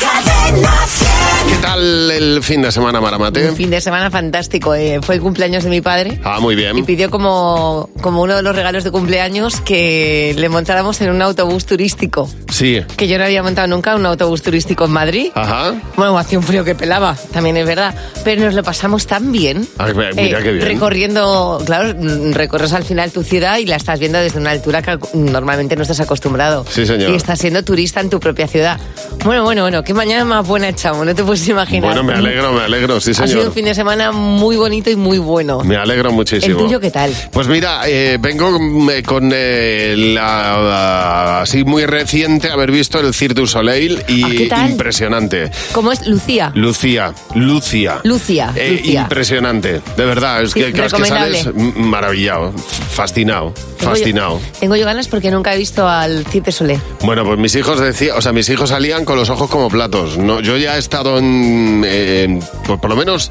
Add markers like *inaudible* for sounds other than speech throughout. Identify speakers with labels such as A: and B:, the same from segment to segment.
A: Cadena 100.
B: ¿Qué tal el fin de semana, Maramate?
C: Un fin de semana fantástico. eh. Fue el cumpleaños de mi padre
B: Ah, muy
C: y
B: bien.
C: pidió como, como uno de los regalos de cumpleaños que le montáramos en un autobús turístico.
B: Sí.
C: Que yo no había montado nunca un autobús turístico en Madrid.
B: Ajá.
C: Bueno, hacía un frío que pelaba, también es verdad. Pero nos lo pasamos tan bien.
B: Ay, mira, Eh, mira qué bien.
C: Eh, Recorriendo, claro, mm, recorres al final tu ciudad y la estás viendo desde una altura que normalmente no estás acostumbrado.
B: Sí, señor.
C: Y estás siendo turista en tu propia ciudad. Bueno, bueno, bueno, qué mañana más buena, chavo, no te puedes imaginar.
B: Bueno, me alegro, me alegro, sí,
C: Ha sido
B: señor.
C: un fin de semana muy bonito y muy bueno.
B: Me alegro
C: ¿El
B: muchísimo.
C: tuyo qué tal?
B: Pues mira, eh, vengo mm, eh, con eh, la, la- ah, así muy reciente haber visto el Cirque du Soleil y
C: Ah, ¿qué tal?
B: impresionante.
C: ¿Cómo es? Lucía.
B: Lucía, Lucia.
C: Lucia,
B: Eh,
C: Lucia.
B: Impresionante, de verdad, es
C: Sí,
B: que, que es que
C: recomendable.
B: sales mm, maravillado, fascinado,
C: Tengo yo-
B: fascinado.
C: Tengo yo ganas porque nunca he visto al Cite Solé.
B: Bueno, pues mis hijos decían, o sea, mis hijos salían con los ojos como platos. No, yo ya he estado en, eh, en, pues, por lo menos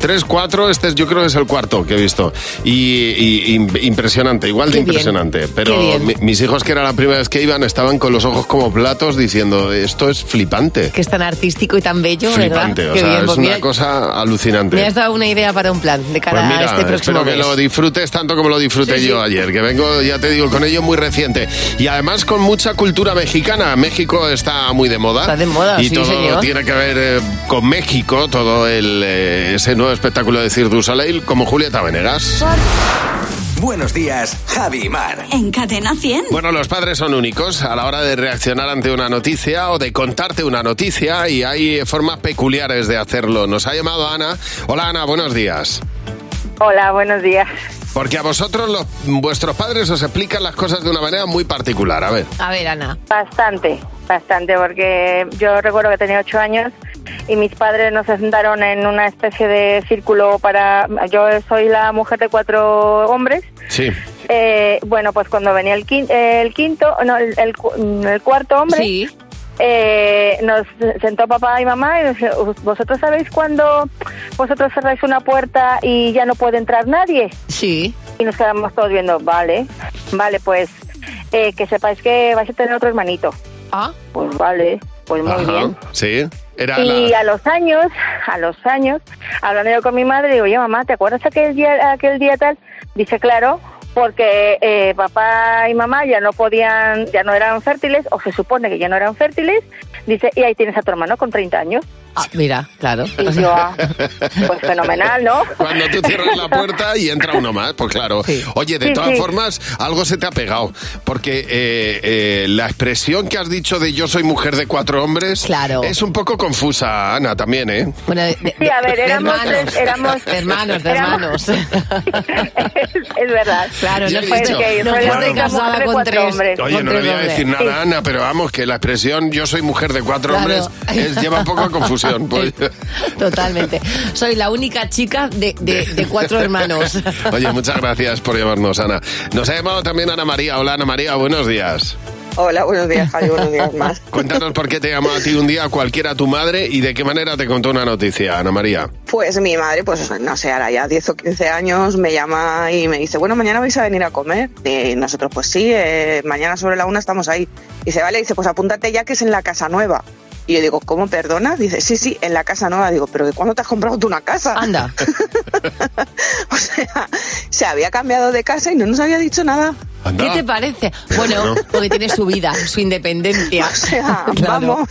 B: tres, cuatro. Este es- yo creo que es el cuarto que he visto y, y- y impresionante, igual de
C: Qué bien,
B: impresionante. Pero
C: qué bien.
B: mi- mis hijos que era la primera vez que iban estaban con los ojos como platos diciendo esto es flipante,
C: Que es tan artístico y tan bello,
B: flipante.
C: ¿verdad?
B: O
C: Qué
B: sea,
C: bien,
B: es
C: pues
B: una
C: mira,
B: cosa alucinante.
C: Me has dado una idea para un plan de cara
B: Pues mira,
C: a este próximo
B: espero que
C: mes.
B: lo disfrutes tanto como lo disfruté
C: Sí,
B: yo
C: sí.
B: ayer, que vengo, ya te digo, con ello muy reciente. Y además con mucha cultura mexicana. México está muy de moda.
C: Está de moda,
B: Y
C: sí,
B: todo
C: señor.
B: tiene que ver eh, con México, todo el, eh, ese nuevo espectáculo de Cirque du Soleil, como Julieta Venegas.
D: Buenos días, Javi Mar.
A: En Cadena 100.
B: Bueno, los padres son únicos a la hora de reaccionar ante una noticia o de contarte una noticia y hay eh, formas peculiares de hacerlo. Nos ha llamado Ana. Hola Ana, buenos días.
E: Hola, buenos días.
B: Porque a vosotros, los- vuestros padres os explican las cosas de una manera muy particular. A ver.
C: A ver, Ana.
E: Bastante, bastante, porque yo recuerdo que tenía ocho años y mis padres nos sentaron en una especie de círculo para... Yo soy la mujer de cuatro hombres.
B: Sí.
E: Eh, bueno, pues cuando venía el quinto, el quinto no, el, el cu- el cuarto hombre,
C: Sí.
E: eh, nos sentó papá y mamá y nos dijo, vosotros sabéis cuando vosotros cerráis una puerta y ya no puede entrar nadie.
C: Sí.
E: Y nos quedamos todos viendo, vale, vale, pues eh, que sepáis que vais a tener otro hermanito.
C: Ah,
E: Pues vale, pues muy
B: Ajá.
E: bien.
B: Sí. Era
E: Y
B: la...
E: a los años, a los años, hablando yo con mi madre, digo, oye mamá, ¿te acuerdas aquel día, aquel día tal? Dice, claro, porque eh, papá y mamá ya no podían, ya no eran fértiles, o se supone que ya no eran fértiles. Dice, y ahí tienes a tu hermano con 30 años.
C: ah, mira, claro.
E: Y yo, ah, pues fenomenal, ¿no? *laughs*
B: Cuando tú cierras la puerta y entra uno más, pues claro.
C: Sí.
B: Oye, de
E: Sí,
B: todas
E: sí.
B: formas, algo se te ha pegado. Porque eh, eh, la expresión que has dicho de yo soy mujer de cuatro hombres
C: Claro.
B: es un poco confusa, Ana, también, ¿eh?
C: *laughs* Bueno, de- de-
E: Sí, a ver,
C: de
E: éramos
C: hermanos,
E: tres, éramos-
C: de hermanos, de
E: éramos-
C: hermanos.
E: es, es verdad.
C: Claro,
B: Ya
C: no
B: he
C: fue
B: dicho.
C: que
E: Porque
C: no
E: soy la
C: fue de
E: única mujer
C: casada
E: de
C: con
E: cuatro
C: tres.
E: hombres.
B: Oye,
C: con
B: no le
C: tres
B: voy a decir
C: hombres.
B: nada, Ana, pero vamos, que la expresión yo soy mujer de cuatro
C: Claro.
B: hombres es- lleva un poco
C: *laughs*
B: a confusión. pues.
C: Totalmente. Soy la única chica de, de, de cuatro hermanos.
B: Oye, muchas gracias por llamarnos, Ana. Nos ha llamado también Ana María. Hola, Ana María, buenos días.
F: Hola, buenos días,
C: *laughs*
F: Javi, buenos días más.
B: Cuéntanos por qué te llamó a ti un día cualquiera tu madre y de qué manera te contó una noticia, Ana María.
F: Pues mi madre, pues no sé, ahora ya 10 o 15 años, me llama y me dice, bueno, mañana vais a venir a comer. Y nosotros, pues sí, eh, mañana sobre la una estamos ahí. Y dice, vale, dice, pues apúntate ya que es en la casa nueva. Y yo digo, ¿cómo perdona? Dice, sí, sí, en la casa nueva. Digo, ¿pero cuándo te has comprado tú una casa?
C: Anda.
F: *laughs* o sea, se había cambiado de casa y no nos había dicho nada.
B: Anda.
C: ¿Qué te parece? Bueno,
B: No.
C: porque tiene su vida, su independencia.
F: O sea,
C: *laughs* Claro.
F: vamos.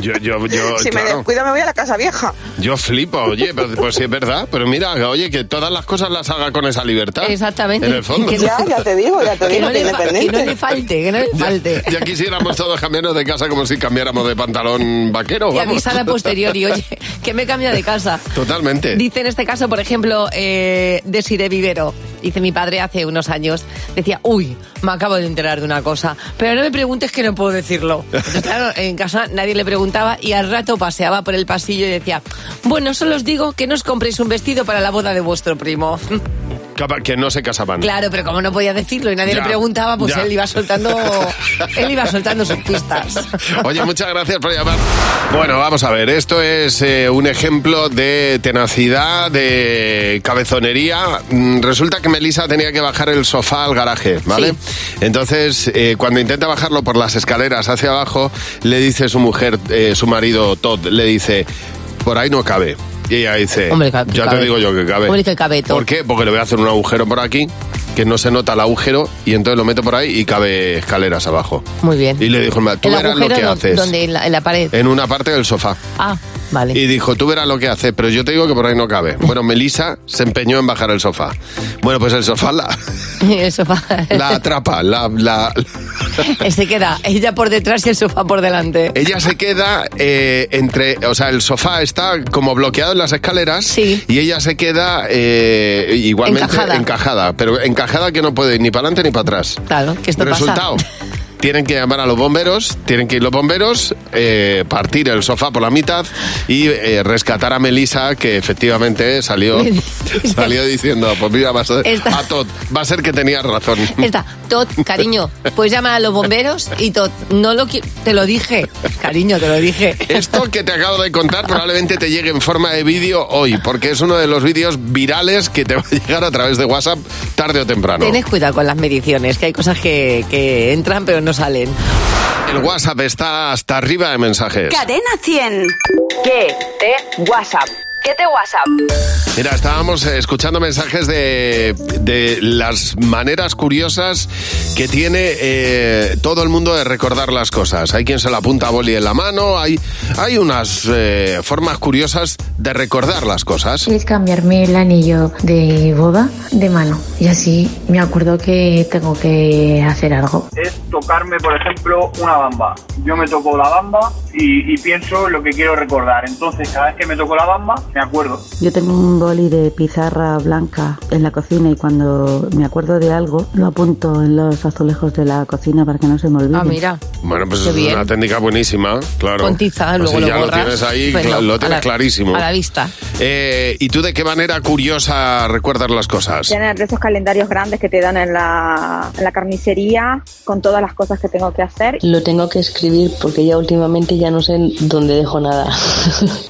B: Yo, yo,
F: *laughs*
B: yo,
F: si me
B: claro,
F: descuido me voy a la casa vieja.
B: yo flipo, oye, pero- pues sí es verdad, pero mira, oye, que todas las cosas las haga con esa libertad.
C: Exactamente.
B: En el
C: *laughs*
B: fondo.
C: Que
F: Ya, ya te digo, ya te
C: Que
F: digo,
C: no,
F: que
C: le fa- que no le
F: independiente.
C: falte, que no le falte.
B: Ya quisiéramos todos cambiarnos de casa como si cambiáramos de pantalón vaquero.
C: Y
B: Oh, vamos.
C: avisar a posteriori, oye, que me he cambiado de casa.
B: *laughs* Totalmente.
C: Dice en este caso, por ejemplo, eh, Desiree Vivero. Dice mi padre hace unos años, decía, uy, me acabo de enterar de una cosa, pero no me preguntes que no puedo decirlo. Entonces, claro, en casa nadie le preguntaba y al rato paseaba por el pasillo y decía, bueno, solo os digo que no os compréis un vestido para la boda de vuestro primo.
B: Capa- Que no se casaban.
C: Claro, pero como no podía decirlo y nadie
B: Ya,
C: le preguntaba, pues
B: ya.
C: él iba soltando
B: *laughs*
C: él iba soltando sus pistas.
B: Oye, muchas gracias por llamar. Bueno, vamos a ver, esto es eh, un ejemplo de tenacidad, de cabezonería. Mm, Resulta que Melissa tenía que bajar el sofá al garaje, ¿vale? Entonces, eh, cuando intenta bajarlo por las escaleras hacia abajo, le dice su mujer, eh, su marido Todd, le dice, por ahí no cabe. Y ella dice,
C: Hombre, ca-
B: ya
C: cabe.
B: te digo yo que cabe.
C: Hombre, que cabe todo.
B: ¿Por qué? Porque le voy a hacer un agujero por aquí, que no se nota el agujero, y entonces lo meto por ahí y cabe escaleras abajo.
C: Muy bien.
B: Y le dijo el ma- tú
C: el
B: verás lo
C: agujero
B: que
C: do-
B: haces. Eh.
C: donde en la, en la pared.
B: En una parte del sofá.
C: Ah, *laughs* vale.
B: Y dijo, tú verás lo que haces, pero yo te digo que por ahí no cabe. Bueno, Melissa se empeñó en bajar el sofá. Bueno, pues el sofá la,
C: El sofá. *laughs*
B: la atrapa. La, la-
C: Se queda ella por detrás y el sofá por delante.
B: Ella se queda eh, entre... O sea, el sofá está como bloqueado en las escaleras y ella se queda eh, igualmente
C: Encajada.
B: encajada, Pero encajada que no puede ir ni para adelante ni para atrás.
C: Claro, que esto
B: Resultado.
C: pasa.
B: Tienen que llamar a los bomberos, tienen que ir los bomberos, eh, partir el sofá por la mitad y eh, rescatar a Melissa, que efectivamente salió, *laughs* salió diciendo, pues mira, va a ser,
C: Esta-
B: a Todd, va a ser que tenías razón.
C: Está, Tot, cariño, puedes llamar a los bomberos y Tot, no lo qui- te lo dije, cariño, te lo dije.
B: Esto que te acabo de contar probablemente te llegue en forma de vídeo hoy, porque es uno de los vídeos virales que te va a llegar a través de WhatsApp tarde o temprano.
C: Tenés cuidado con las mediciones, que hay cosas que, que entran pero no salen.
B: El WhatsApp está hasta arriba de mensajes.
A: Cadena 100.
F: ¿Qué te WhatsApp?
A: ¿Qué te WhatsApp?
B: Mira, estábamos eh, escuchando mensajes de, de las maneras curiosas que tiene eh, todo el mundo de recordar las cosas. Hay quien se la apunta a boli en la mano, hay, hay unas eh, formas curiosas de recordar las cosas.
G: Es cambiarme el anillo de boda de mano y así me acuerdo que tengo que hacer algo.
H: es tocarme, por ejemplo, una bamba. Yo me toco la bamba y, y pienso lo que quiero recordar. Entonces, cada vez que me toco la bamba, me acuerdo.
I: Yo tengo un boli de pizarra blanca en la cocina y cuando me acuerdo de algo lo apunto en los azulejos de la cocina para que no se me olvide.
C: Ah, mira.
B: Bueno, pues
C: Qué
B: es
C: bien.
B: una técnica buenísima, claro.
C: Con tiza,
B: Así
C: luego lo
B: ya
C: borras.
B: lo tienes ahí,
C: Bueno,
B: cla- lo
C: a
B: tienes
C: la-
B: clarísimo.
C: A la vista.
B: Eh, ¿Y tú de qué manera curiosa recuerdas las cosas?
J: Tener de esos calendarios grandes que te dan en la, en la carnicería con todas las cosas que tengo que hacer.
K: Lo tengo que escribir porque ya últimamente ya no sé dónde dejo nada. *laughs*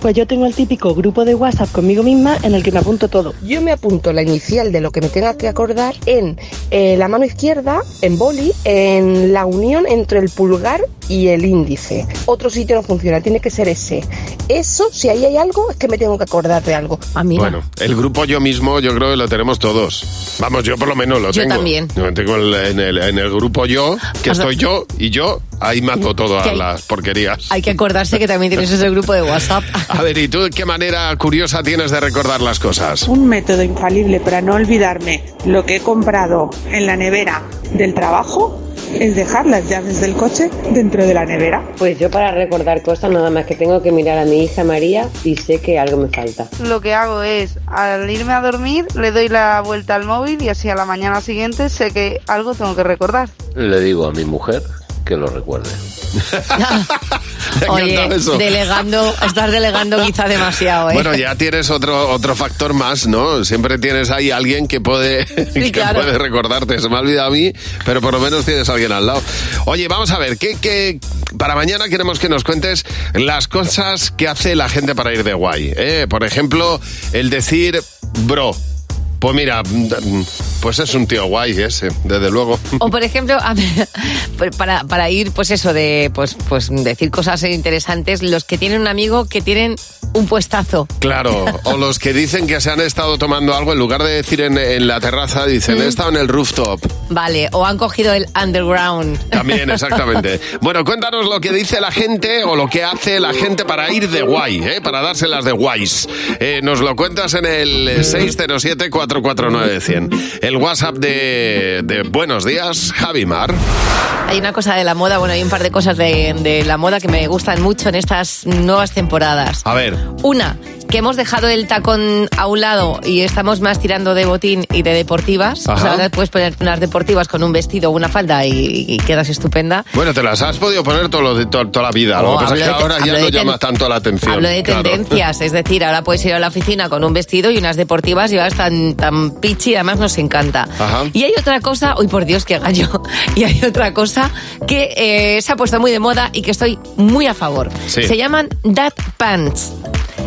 L: Pues yo tengo el típico grupo de WhatsApp conmigo misma en el que me apunto todo.
M: Yo me apunto la inicial de lo que me tenga que acordar en eh, la mano izquierda, en boli, en la unión entre el pulgar y el índice. Otro sitio no funciona, tiene que ser ese. Eso, si ahí hay algo, es que me tengo que acordar de algo.
C: A mí
B: Bueno, el grupo yo mismo yo creo que lo tenemos todos. Vamos, yo por lo menos lo
M: Yo
B: tengo.
M: también.
B: Yo tengo el- en, el, en el grupo yo, que
C: O sea-
B: estoy yo, y yo ahí mato todas
C: Que hay-
B: las porquerías.
C: Hay que acordarse que también tienes ese grupo de WhatsApp.
B: A ver, ¿y tú de qué manera curiosa tienes de recordar las cosas?
N: Un método infalible para no olvidarme lo que he comprado en la nevera del trabajo es dejar las llaves del coche dentro de la nevera.
O: Pues yo para recordar cosas nada más que tengo que mirar a mi hija María y sé que algo me
B: *laughs*
O: falta.
P: Lo que hago es, al irme a dormir, le doy la vuelta al móvil y así a la mañana siguiente sé que algo tengo que recordar.
Q: Le digo a mi mujer que lo recuerde.
C: Oye,
B: encantado eso.
C: delegando, estás delegando quizá demasiado, ¿eh?
B: Bueno, ya tienes otro, otro factor más, ¿no? Siempre tienes ahí alguien que puede, *laughs* que
C: claro.
B: puede recordarte. Se me ha olvidado a mí, pero por lo menos tienes a alguien al lado. Oye, vamos a ver, ¿qué, qué- para mañana queremos que nos cuentes las cosas que hace la gente para ir de guay. ¿eh? Por ejemplo, el decir, bro. Pues mira, mm, pues es un tío guay ese, desde luego.
C: O por ejemplo, a ver, por- para, para ir, pues eso, de pues, pues decir cosas interesantes, los que tienen un amigo que tienen un puestazo.
B: Claro, o los que dicen que se han estado tomando algo, en lugar de decir en, en la terraza, dicen,
C: Mm.
B: he estado en el rooftop.
C: Vale, o han cogido el underground.
B: También, exactamente. Bueno, cuéntanos lo que dice la gente o lo que hace la gente para ir de guay, ¿eh? para dárselas de guays. Eh, nos lo cuentas en el eh, 607-449-100. El WhatsApp de, de Buenos Días, Javimar.
C: Hay una cosa de la moda, bueno, hay un par de cosas de, de la moda que me gustan mucho en estas nuevas temporadas.
B: *laughs* A ver,
C: Una, que hemos dejado el tacón a un lado y estamos más tirando de botín y de deportivas.
B: Ajá.
C: O sea, ahora puedes poner unas deportivas con un vestido o una falda y, y quedas estupenda.
B: Bueno, te las has podido poner todo lo de- to- toda la vida. lo
C: Oh,
B: que pasa es que
C: hablo de-
B: ahora
C: hablo
B: ya
C: de
B: no
C: ten-
B: llama tanto la atención.
C: Hablo de
B: claro.
C: tendencias, es decir, ahora puedes ir a la oficina con un vestido y unas deportivas y vas tan, tan pichi, además nos encanta.
B: Ajá.
C: Y hay otra cosa, uy por Dios, qué gallo, *laughs* y hay otra cosa que eh, se ha puesto muy de moda y que estoy muy a favor.
R: Sí.
C: Se llaman dad pants.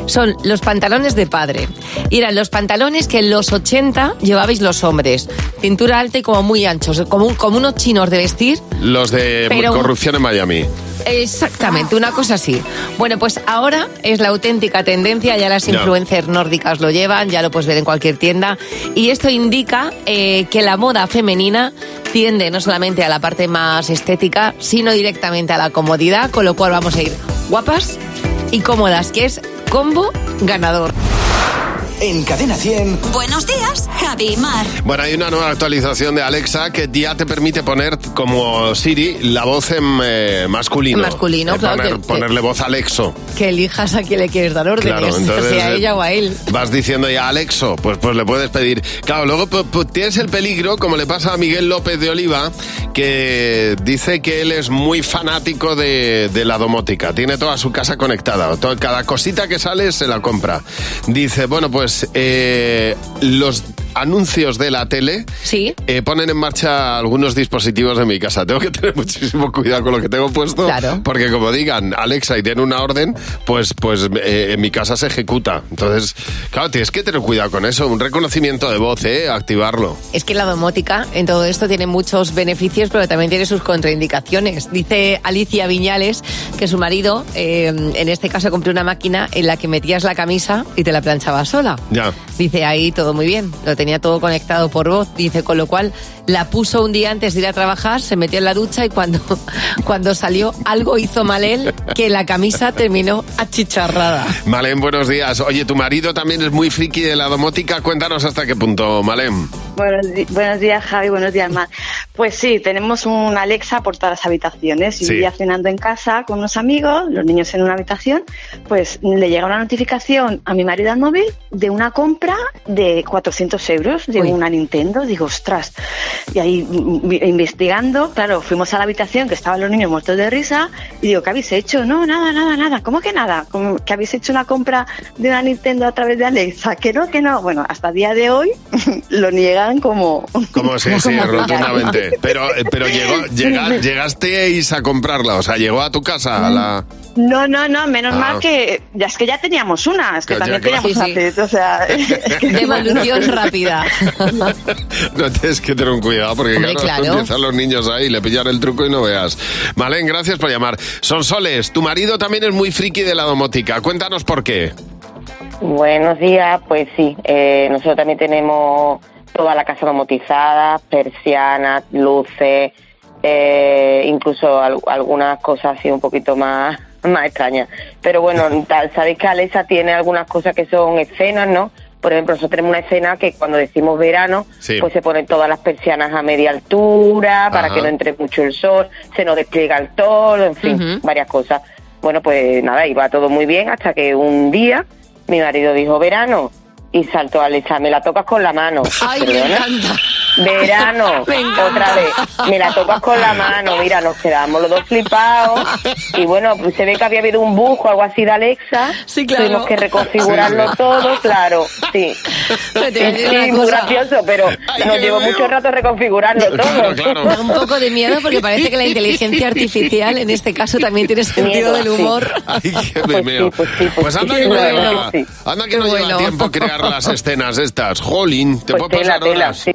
C: Son los pantalones de padre. Y eran los pantalones que en los 80 llevabais los hombres. Cintura alta y como muy anchos, como, un- como unos chinos de vestir,
B: Los de
C: Pero-
B: corrupción en Miami.
C: Exactamente, una cosa así. Bueno, pues ahora es la auténtica tendencia, ya las
B: Ya.
C: influencers nórdicas lo llevan, ya lo puedes ver en cualquier tienda. Y esto indica eh, que la moda femenina tiende no solamente a la parte más estética, sino directamente a la comodidad, con lo cual vamos a ir guapas y cómodas, que es combo ganador.
D: En Cadena 100.
A: Buenos días, Javi y Mar.
B: Bueno, hay una nueva actualización de Alexa que ya te permite poner como Siri la voz en eh, masculino.
C: Masculino,
B: Eh,
C: claro
B: poner-
C: que-
B: ponerle voz a Alexo.
C: Que elijas a quién le quieres dar órdenes, *laughs*
B: Claro, entonces,
C: si a
B: eh,
C: ella o a él.
B: Vas diciendo ya Alexo, pues, pues le puedes pedir. Claro, luego pu- pu- tienes el peligro, como le pasa a Miguel López de Oliva, que dice que él es muy fanático de, de la domótica. Tiene toda su casa conectada. todo- cada cosita que sale se la compra. Dice, bueno, pues eh, los anuncios de la tele eh, ponen en marcha algunos dispositivos de mi casa. Tengo que tener *laughs* muchísimo cuidado con lo que tengo puesto, porque como digan Alexa y tiene una orden, pues, pues eh, en mi casa se ejecuta. Entonces, claro, tienes que tener cuidado con eso. Un reconocimiento de voz, ¿eh? Activarlo.
C: Es que la domótica en todo esto tiene muchos beneficios, pero también tiene sus contraindicaciones. Dice Alicia Viñales que su marido, eh, en este caso, compró una máquina en la que metías la camisa y te la planchabas sola.
B: Ya.
C: Dice ahí todo muy bien, lo tenía todo conectado por voz. Dice con lo cual la puso un día antes de ir a trabajar, se metió en la ducha y cuando, *laughs* cuando salió algo hizo mal él que la camisa terminó achicharrada.
B: Malem, buenos días. Oye, tu marido también es muy friki de la domótica. Cuéntanos hasta qué punto, Malem.
S: Buenos, di- buenos días, Javi, buenos días, Mar. Pues sí, tenemos un Alexa por todas las habitaciones. Y
B: Sí.
S: un día cenando en casa con unos amigos, los niños en una habitación, pues le llega una notificación a mi marido al móvil de una compra de 400 euros de una Nintendo. Digo, ostras. Y ahí mm, mm, investigando, claro, fuimos a la habitación que estaban los niños muertos de risa y digo, ¿qué habéis hecho? No, nada, nada, nada. ¿Cómo que nada? ¿Cómo ¿Que habéis hecho una compra de una Nintendo a través de Alexa? Que no, que no. Bueno, hasta día de hoy *laughs* lo niegan como... *laughs*
B: Como sí, sí,
S: Como-
B: rotundamente. Pero, eh, pero llegó, llega- llegasteis a comprarla, o sea, llegó a tu casa a la...
S: *laughs* No, no, no, menos
B: Ah.
S: mal que... Ya es que ya teníamos una, es que
B: Ya,
S: también
B: claro.
S: teníamos
B: Sí, sí.
S: antes, o sea... *laughs* es que-
C: Devolución rápida.
B: No tienes que tener un cuidado porque
C: Hombre,
B: claro,
C: claro.
B: empiezan los niños ahí, le pillan el truco y no veas. Malén, gracias por llamar. Sonsoles, tu marido también es muy friki de la domótica. Cuéntanos por qué.
R: Buenos días, pues sí, eh, nosotros también tenemos toda la casa domotizada, persianas, luces, eh, incluso al- algunas cosas así un poquito más, *laughs* más extrañas.
T: *laughs*
R: Pero bueno, tal- sabéis que Alexa tiene algunas cosas que son escenas, ¿no? Por ejemplo, nosotros tenemos una escena que cuando decimos verano,
T: Sí.
R: pues se ponen todas las persianas a media altura para
T: Ajá.
R: que no entre mucho el sol, se nos despliega el toro, en fin,
T: Ujú.
R: varias cosas. Bueno, pues nada, iba todo muy bien hasta que un día mi marido dijo verano y saltó Alexa, me la tocas con la mano.
C: *laughs* Ay, me
R: Perdona.
C: encanta.
R: Verano,
C: *laughs* Me encanta.
R: otra vez, me la tocas con la mano, mira, nos quedamos los dos flipados y bueno, pues se ve que había habido un bujo, algo así de Alexa,
C: Sí, claro.
R: tuvimos que reconfigurarlo
C: Sí, sí.
R: todo, claro, sí.
C: Pero te voy a decir
R: Sí,
C: una
R: muy
C: cosa.
R: gracioso, pero nos llevó mucho rato reconfigurarlo todo.
C: Da un poco de miedo porque parece que la inteligencia artificial en este caso también tiene sentido
R: Miedo,
C: del
R: sí.
C: humor.
B: *laughs* Ay, qué me meo. Pues anda que no
R: Bueno,
B: lleva,
R: sí.
B: anda que no
C: Qué
B: lleva
C: bueno.
B: tiempo crear
C: *laughs*
B: las escenas estas. Jolín, te
R: Pues
B: puedo
R: tela,
B: pasar
R: tela,
B: horas. Sí.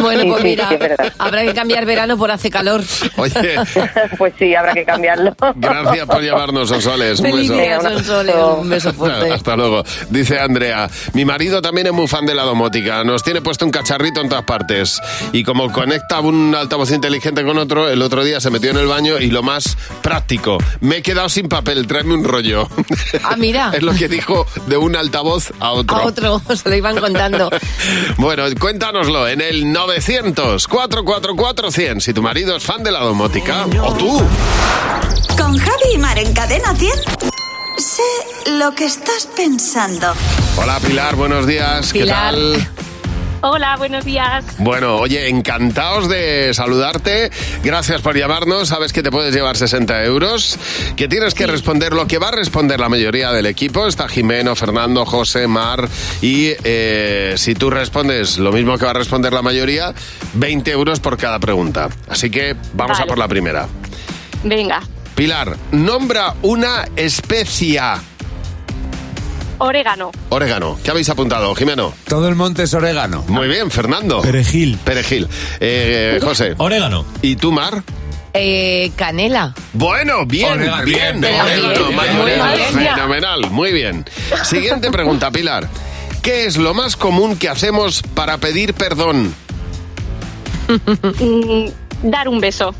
C: Bueno,
R: Sí,
C: pues
R: sí,
C: mira,
R: sí, es verdad.
C: habrá que cambiar verano por hace calor.
B: Oye,
R: *laughs* pues sí, habrá que cambiarlo.
B: gracias por llamarnos, Sonsoles. Un
C: Feliz
B: beso.
C: día, Sonsoles. Un beso fuerte.
B: *laughs* Hasta luego. Dice Andrea, mi marido también es muy fan de la domótica. Nos tiene puesto un cacharrito en todas partes. Y como conecta un altavoz inteligente con otro, el otro día se metió en el baño y lo más práctico, me he quedado sin papel, tráeme un rollo.
C: Ah, mira.
B: *laughs*
C: Ah.
B: es lo que dijo de un altavoz a otro.
C: A otro, *laughs* se lo iban contando.
B: Bueno, cuéntanoslo en el 900-444-100 si tu marido es fan de la domótica. O tú.
A: Con Javi y Mar en Cadena 100. Sé lo que estás pensando.
B: Hola Pilar, buenos días.
A: Pilar.
B: ¿Qué tal?
T: Hola, Ah, buenos días.
B: Bueno, oye, encantados de saludarte. Gracias por llamarnos. Sabes que te puedes llevar 60 euros. Que tienes que responder lo que va a responder la mayoría del equipo. Está Jimeno, Fernando, José, Mar. Y eh, si tú respondes lo mismo que va a responder la mayoría, 20 euros por cada pregunta. Así que vamos a
T: Vale.
B: por la primera.
T: Venga,
B: Pilar, nombra una especia.
C: *laughs*
T: orégano,
B: Orégano. ¿Qué habéis apuntado, Jimeno? Todo el monte es orégano. Muy bien, Fernando. Perejil. Perejil. Eh, eh, José. Orégano. ¿Y tú, Mar?
C: Eh, canela.
B: Bueno, bien,
C: Orégano,
B: bien.
C: bien,
B: Orégano,
C: bien, bien.
B: mayoreo,
C: Muy bien.
B: fenomenal, muy bien. Siguiente pregunta, Pilar. ¿Qué es lo más común que hacemos para pedir perdón?
T: Mm, dar un beso.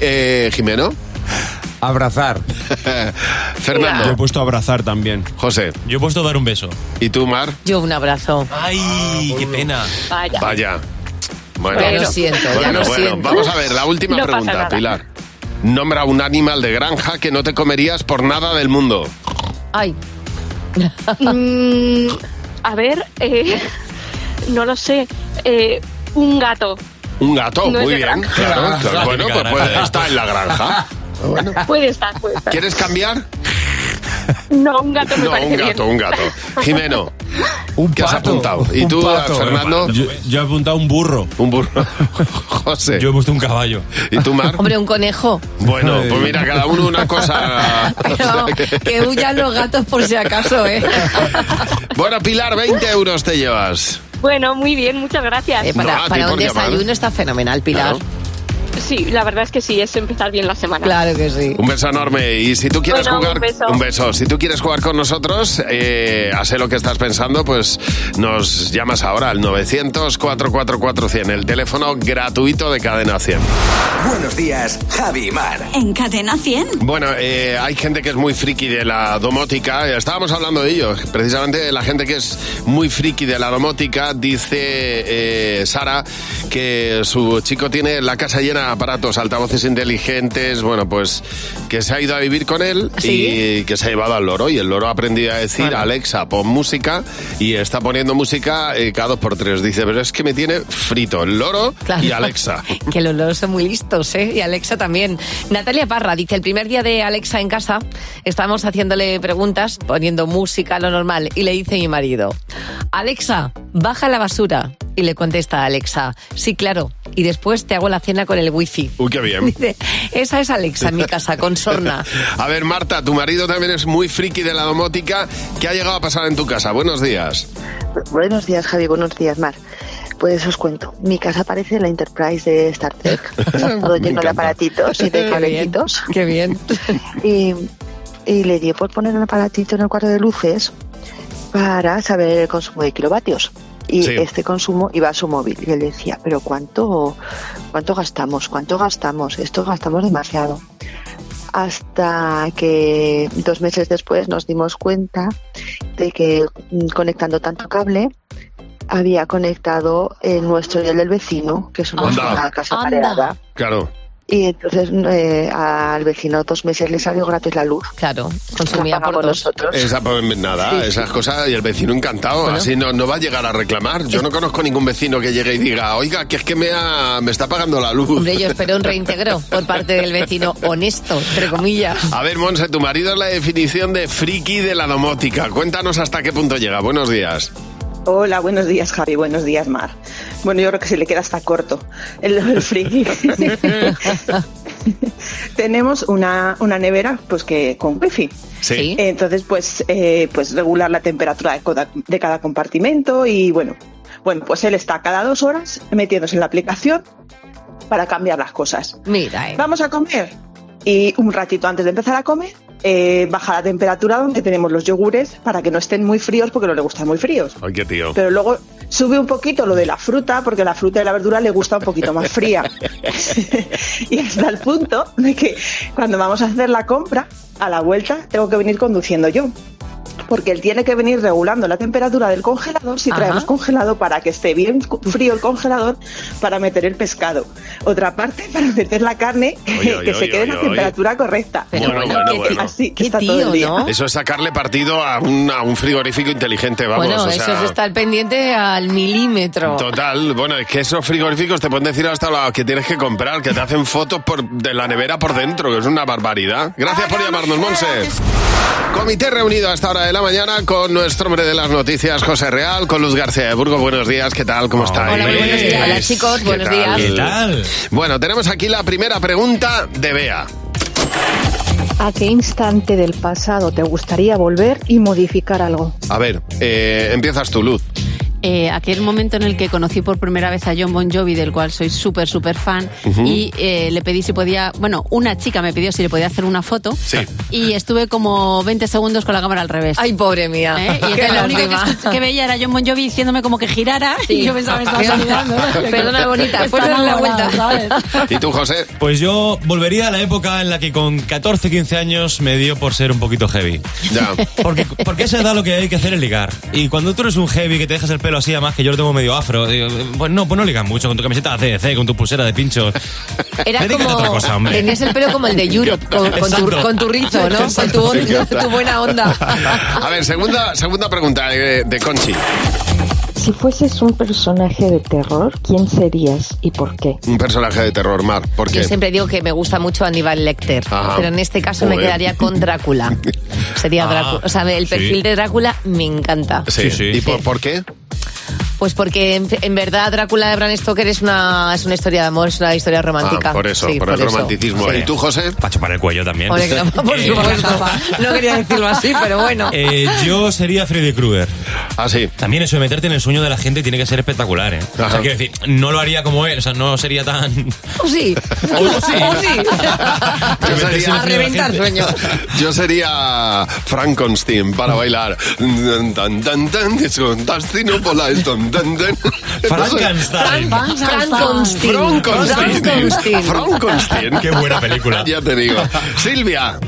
B: Eh, Jimeno. Abrazar. *laughs* Fernando.
U: Yo he puesto abrazar también.
B: José.
U: Yo he puesto dar un beso.
B: ¿Y tú, Mar?
C: Yo un abrazo. Ah,
U: Ay, qué pena.
T: Vaya.
B: Vaya.
C: Ya lo siento, ya
B: bueno,
C: lo
B: bueno.
C: siento.
B: Vamos a ver, la última
C: No pasa
B: pregunta,
C: nada.
B: Pilar. Nombra un animal de granja que no te comerías por nada del mundo.
C: Ay.
T: Mm, a ver, eh, *laughs* no lo sé. eh, un gato.
B: Un gato,
T: No es
B: muy
T: de
B: bien.
T: granja.
B: Claro,
U: Granja.
B: claro, Bueno, pues,
U: Típica
B: pues,
U: granja.
B: está en la granja.
T: *laughs* Puede estar, puede estar.
B: Ah, ¿Quieres cambiar?
T: No, un gato me
B: No,
T: parece
B: un gato,
T: bien.
B: un
T: *laughs*
O: *laughs*
B: gato. Jimeno. ¿Qué has
U: pato,
B: apuntado? ¿Y
U: un
B: tú,
U: pato.
B: Fernando?
U: Yo, yo he apuntado un burro.
B: Un burro. *laughs* José.
U: Yo he puesto un caballo.
B: ¿Y tú, Mar?
C: Hombre, un conejo.
B: Bueno, pues mira, cada uno una cosa. *laughs*
C: Pero que huyan los gatos por si acaso, ¿eh?
B: Bueno, Pilar, 20 euros te llevas.
T: Bueno, muy bien, muchas gracias.
C: Eh, para
B: No, a ti
C: para un
B: por llamar.
C: desayuno está fenomenal, Pilar.
B: Claro.
T: Sí, la verdad es que sí, es empezar bien la semana.
C: Claro que sí.
B: Un beso enorme. Y si tú quieres
T: Bueno, un
B: jugar.
T: beso.
B: Si tú quieres jugar con nosotros, eh, a sé lo que estás pensando, pues nos llamas ahora al 900-444-100, el teléfono gratuito de Cadena 100.
D: Buenos días, Javi y Mar.
A: En Cadena 100.
B: Bueno, eh, hay gente que es muy friki de la domótica. Estábamos hablando de ello. Precisamente la gente que es muy friki de la domótica dice eh, Sara que su chico tiene la casa llena de aparatos, altavoces inteligentes. Bueno, pues que se ha ido a vivir con él y que se ha llevado al loro. Y el loro ha aprendido a decir, Alexa, pon música. Y está poniendo música eh, cada dos por tres. Dice, pero es que me tiene frito el loro
C: Claro.
B: y Alexa.
C: Que los loros son muy listos, ¿eh? Y Alexa también. Natalia Parra dice, el primer día de Alexa en casa, estábamos haciéndole preguntas, poniendo música, lo normal, y le dice mi marido, Alexa, baja la basura. Y le contesta a Alexa, sí, claro, y después te hago la cena con el wifi.
B: Uy, qué
C: *laughs*
B: bien.
C: Dice, esa es Alexa en mi casa, con
B: *laughs*
C: sorna.
B: A ver, Marta, tu marido también es muy friki de la domótica. ¿Qué ha llegado a pasar en tu casa? Buenos días.
V: Buenos días, Javi. Buenos días, Mar. Pues os cuento. Mi casa parece la Enterprise de Star
C: *laughs*
V: Trek. Está todo lleno de aparatitos y de cablecitos.
C: Qué bien.
V: *laughs* Y, y le dio por poner un aparatito en el cuadro de luces para saber el consumo de kilovatios. Y
W: Sí.
V: este consumo iba a su móvil. Y él decía, pero ¿cuánto, cuánto gastamos? ¿Cuánto gastamos? Esto gastamos demasiado. Hasta que dos meses después nos dimos cuenta de que mm, conectando tanto cable había conectado el nuestro y el del vecino, que somos
B: Anda.
V: una casa
B: Anda.
V: paredada.
B: Claro.
V: Y entonces eh, al vecino dos meses le salió gratis la luz.
C: Claro, consumía
V: Ah, por nosotros.
B: Esa, pues, nada, esas cosas y el vecino encantado.
V: Bueno.
B: Así no, no va a llegar a reclamar. Yo no conozco ningún vecino que llegue y diga, oiga, que es que me, ha- me está pagando la luz.
C: Hombre, yo espero un reintegro por parte del vecino honesto, entre comillas.
B: A ver, Monse, tu marido es la definición de friki de la domótica. Cuéntanos hasta qué punto llega. Buenos días.
X: Hola, buenos días Javi, buenos días Mar. Bueno, yo creo que se le queda hasta corto el, el friki. Tenemos una, una nevera pues que con wifi.
B: Sí.
X: Entonces, pues, eh, pues regular la temperatura de cada, de cada compartimento y bueno, bueno, pues él está cada dos horas metiéndose en la aplicación para cambiar las cosas.
C: Mira, eh.
X: Vamos a comer. Y un ratito antes de empezar a comer, eh, baja la temperatura donde tenemos los yogures para que no estén muy fríos porque no le gustan muy fríos.
B: Ay, qué tío.
X: Pero luego sube un poquito lo de la fruta, porque la fruta y la verdura le gusta un poquito más fría. y hasta el punto de que cuando vamos a hacer la compra, a la vuelta tengo que venir conduciendo yo. porque él tiene que venir regulando la temperatura del congelador si
E: Ajá.
X: traemos congelado para que esté bien cu- frío el congelador para meter el pescado. Otra parte para meter la carne
B: Oye,
X: *laughs*
B: oye,
X: que se
B: oye,
X: quede en la
B: oye, oye.
X: temperaría correcta.
B: Bueno, bueno, bueno.
X: Así que está todo el día.
B: Eso es sacarle partido a un, a un frigorífico inteligente, vamos.
C: bueno,
B: o sea,
C: eso es estar pendiente al milímetro.
B: Total, bueno, es que esos frigoríficos te pueden decir hasta lo que tienes que comprar, que te hacen fotos por, de la nevera por dentro, que es una barbaridad. Gracias por llamarnos, Monse. Comité reunido a esta hora de la mañana con nuestro hombre de las noticias, José Real, con Luz García de Burgos. Buenos días, ¿qué tal? ¿Cómo estáis?
C: Hola, muy buenos días. Hola, chicos,
B: ¿Qué
C: buenos
B: tal?
C: días. ¿Qué tal?
B: Bueno, tenemos aquí la primera pregunta de Bea.
F: ¿A qué instante del pasado te gustaría volver y modificar algo?
B: A ver, eh, empiezas tu Luz.
G: Eh, aquel momento en el que conocí por primera vez a John Bon Jovi, del cual soy súper, súper fan,
B: Ujú.
G: y eh, le pedí si podía, bueno, una chica me pidió si le podía hacer una foto,
B: Sí.
G: y estuve como 20 segundos con la cámara al revés.
C: Ay, pobre mía. *laughs*
G: ¿Eh? Y entonces lo único que, escuch- que veía era John Bon Jovi diciéndome como que girara,
C: Sí.
G: y yo
H: *laughs*
G: pensaba, me estaba
C: Qué
G: saludando.
C: bonita. Perdona, bonita,
G: Está
C: puedes darle la
G: enamorada,
C: vuelta.
G: ¿sabes?
B: ¿Y tú, José?
U: Pues yo volvería a la época en la que con 14, 15 años me dio por ser un poquito heavy.
B: Ya.
U: Porque, porque a esa edad lo que hay que hacer es ligar. Y cuando tú eres un heavy que te dejas el pelo así, además que yo lo tengo medio afro, digo, pues no, pues no ligas mucho con tu camiseta de ACDC, con tu pulsera de pinchos.
C: Era
U: Dedícate a
C: como.
U: otra cosa, hombre.
C: Tenías el pelo como
B: *laughs*
C: el de Europe, con, con tu,
U: Exacto.
C: con tu rizo, ¿no? Con
B: Exacto.
C: tu,
B: Sí, ya está.
C: tu buena onda.
B: *laughs* A ver, segunda, segunda pregunta eh, de Conchi.
W: Si fueses un personaje de terror, ¿quién serías y por qué?
B: Un personaje de terror, Mar. ¿Por qué?
C: Yo siempre digo que me gusta mucho Aníbal Lecter,
B: Ajá.
C: pero en este caso me
B: Joder.
C: quedaría con
B: *laughs*
C: Drácula. Sería
B: Ah,
C: Drácula. O sea, el
B: sí.
C: perfil de Drácula me encanta.
B: Sí, ¿Y por, por qué?
C: Pues porque en, en verdad Drácula de Bram Stoker es una, es una historia de amor, es una historia romántica.
B: Ah, por eso,
C: Sí,
B: por, el
C: eso.
B: romanticismo.
C: Sí.
B: ¿Y tú, José?
U: Para chupar el cuello también. *laughs*
C: Hombre, que no, por supuesto. No quería decirlo así, pero bueno.
U: Eh, yo sería Freddy Krueger.
B: Ah, sí.
U: También eso de meterte en el sueño de la gente tiene que ser espectacular, ¿eh? O sea, quiero decir, no lo haría como él, o sea, no sería tan.
C: O sí.
U: O sí.
C: O sí.
B: Yo sería-
C: A reventar sueños.
B: Yo sería Frankenstein para bailar. Tan, tan, tan, tan, es un tastino por la- tan, tan, tan.
U: Frankenstein.
C: Frankenstein.
B: Frankenstein.
C: Frankenstein.
B: Frankenstein.
U: Qué buena película.
B: Ya te digo. Silvia.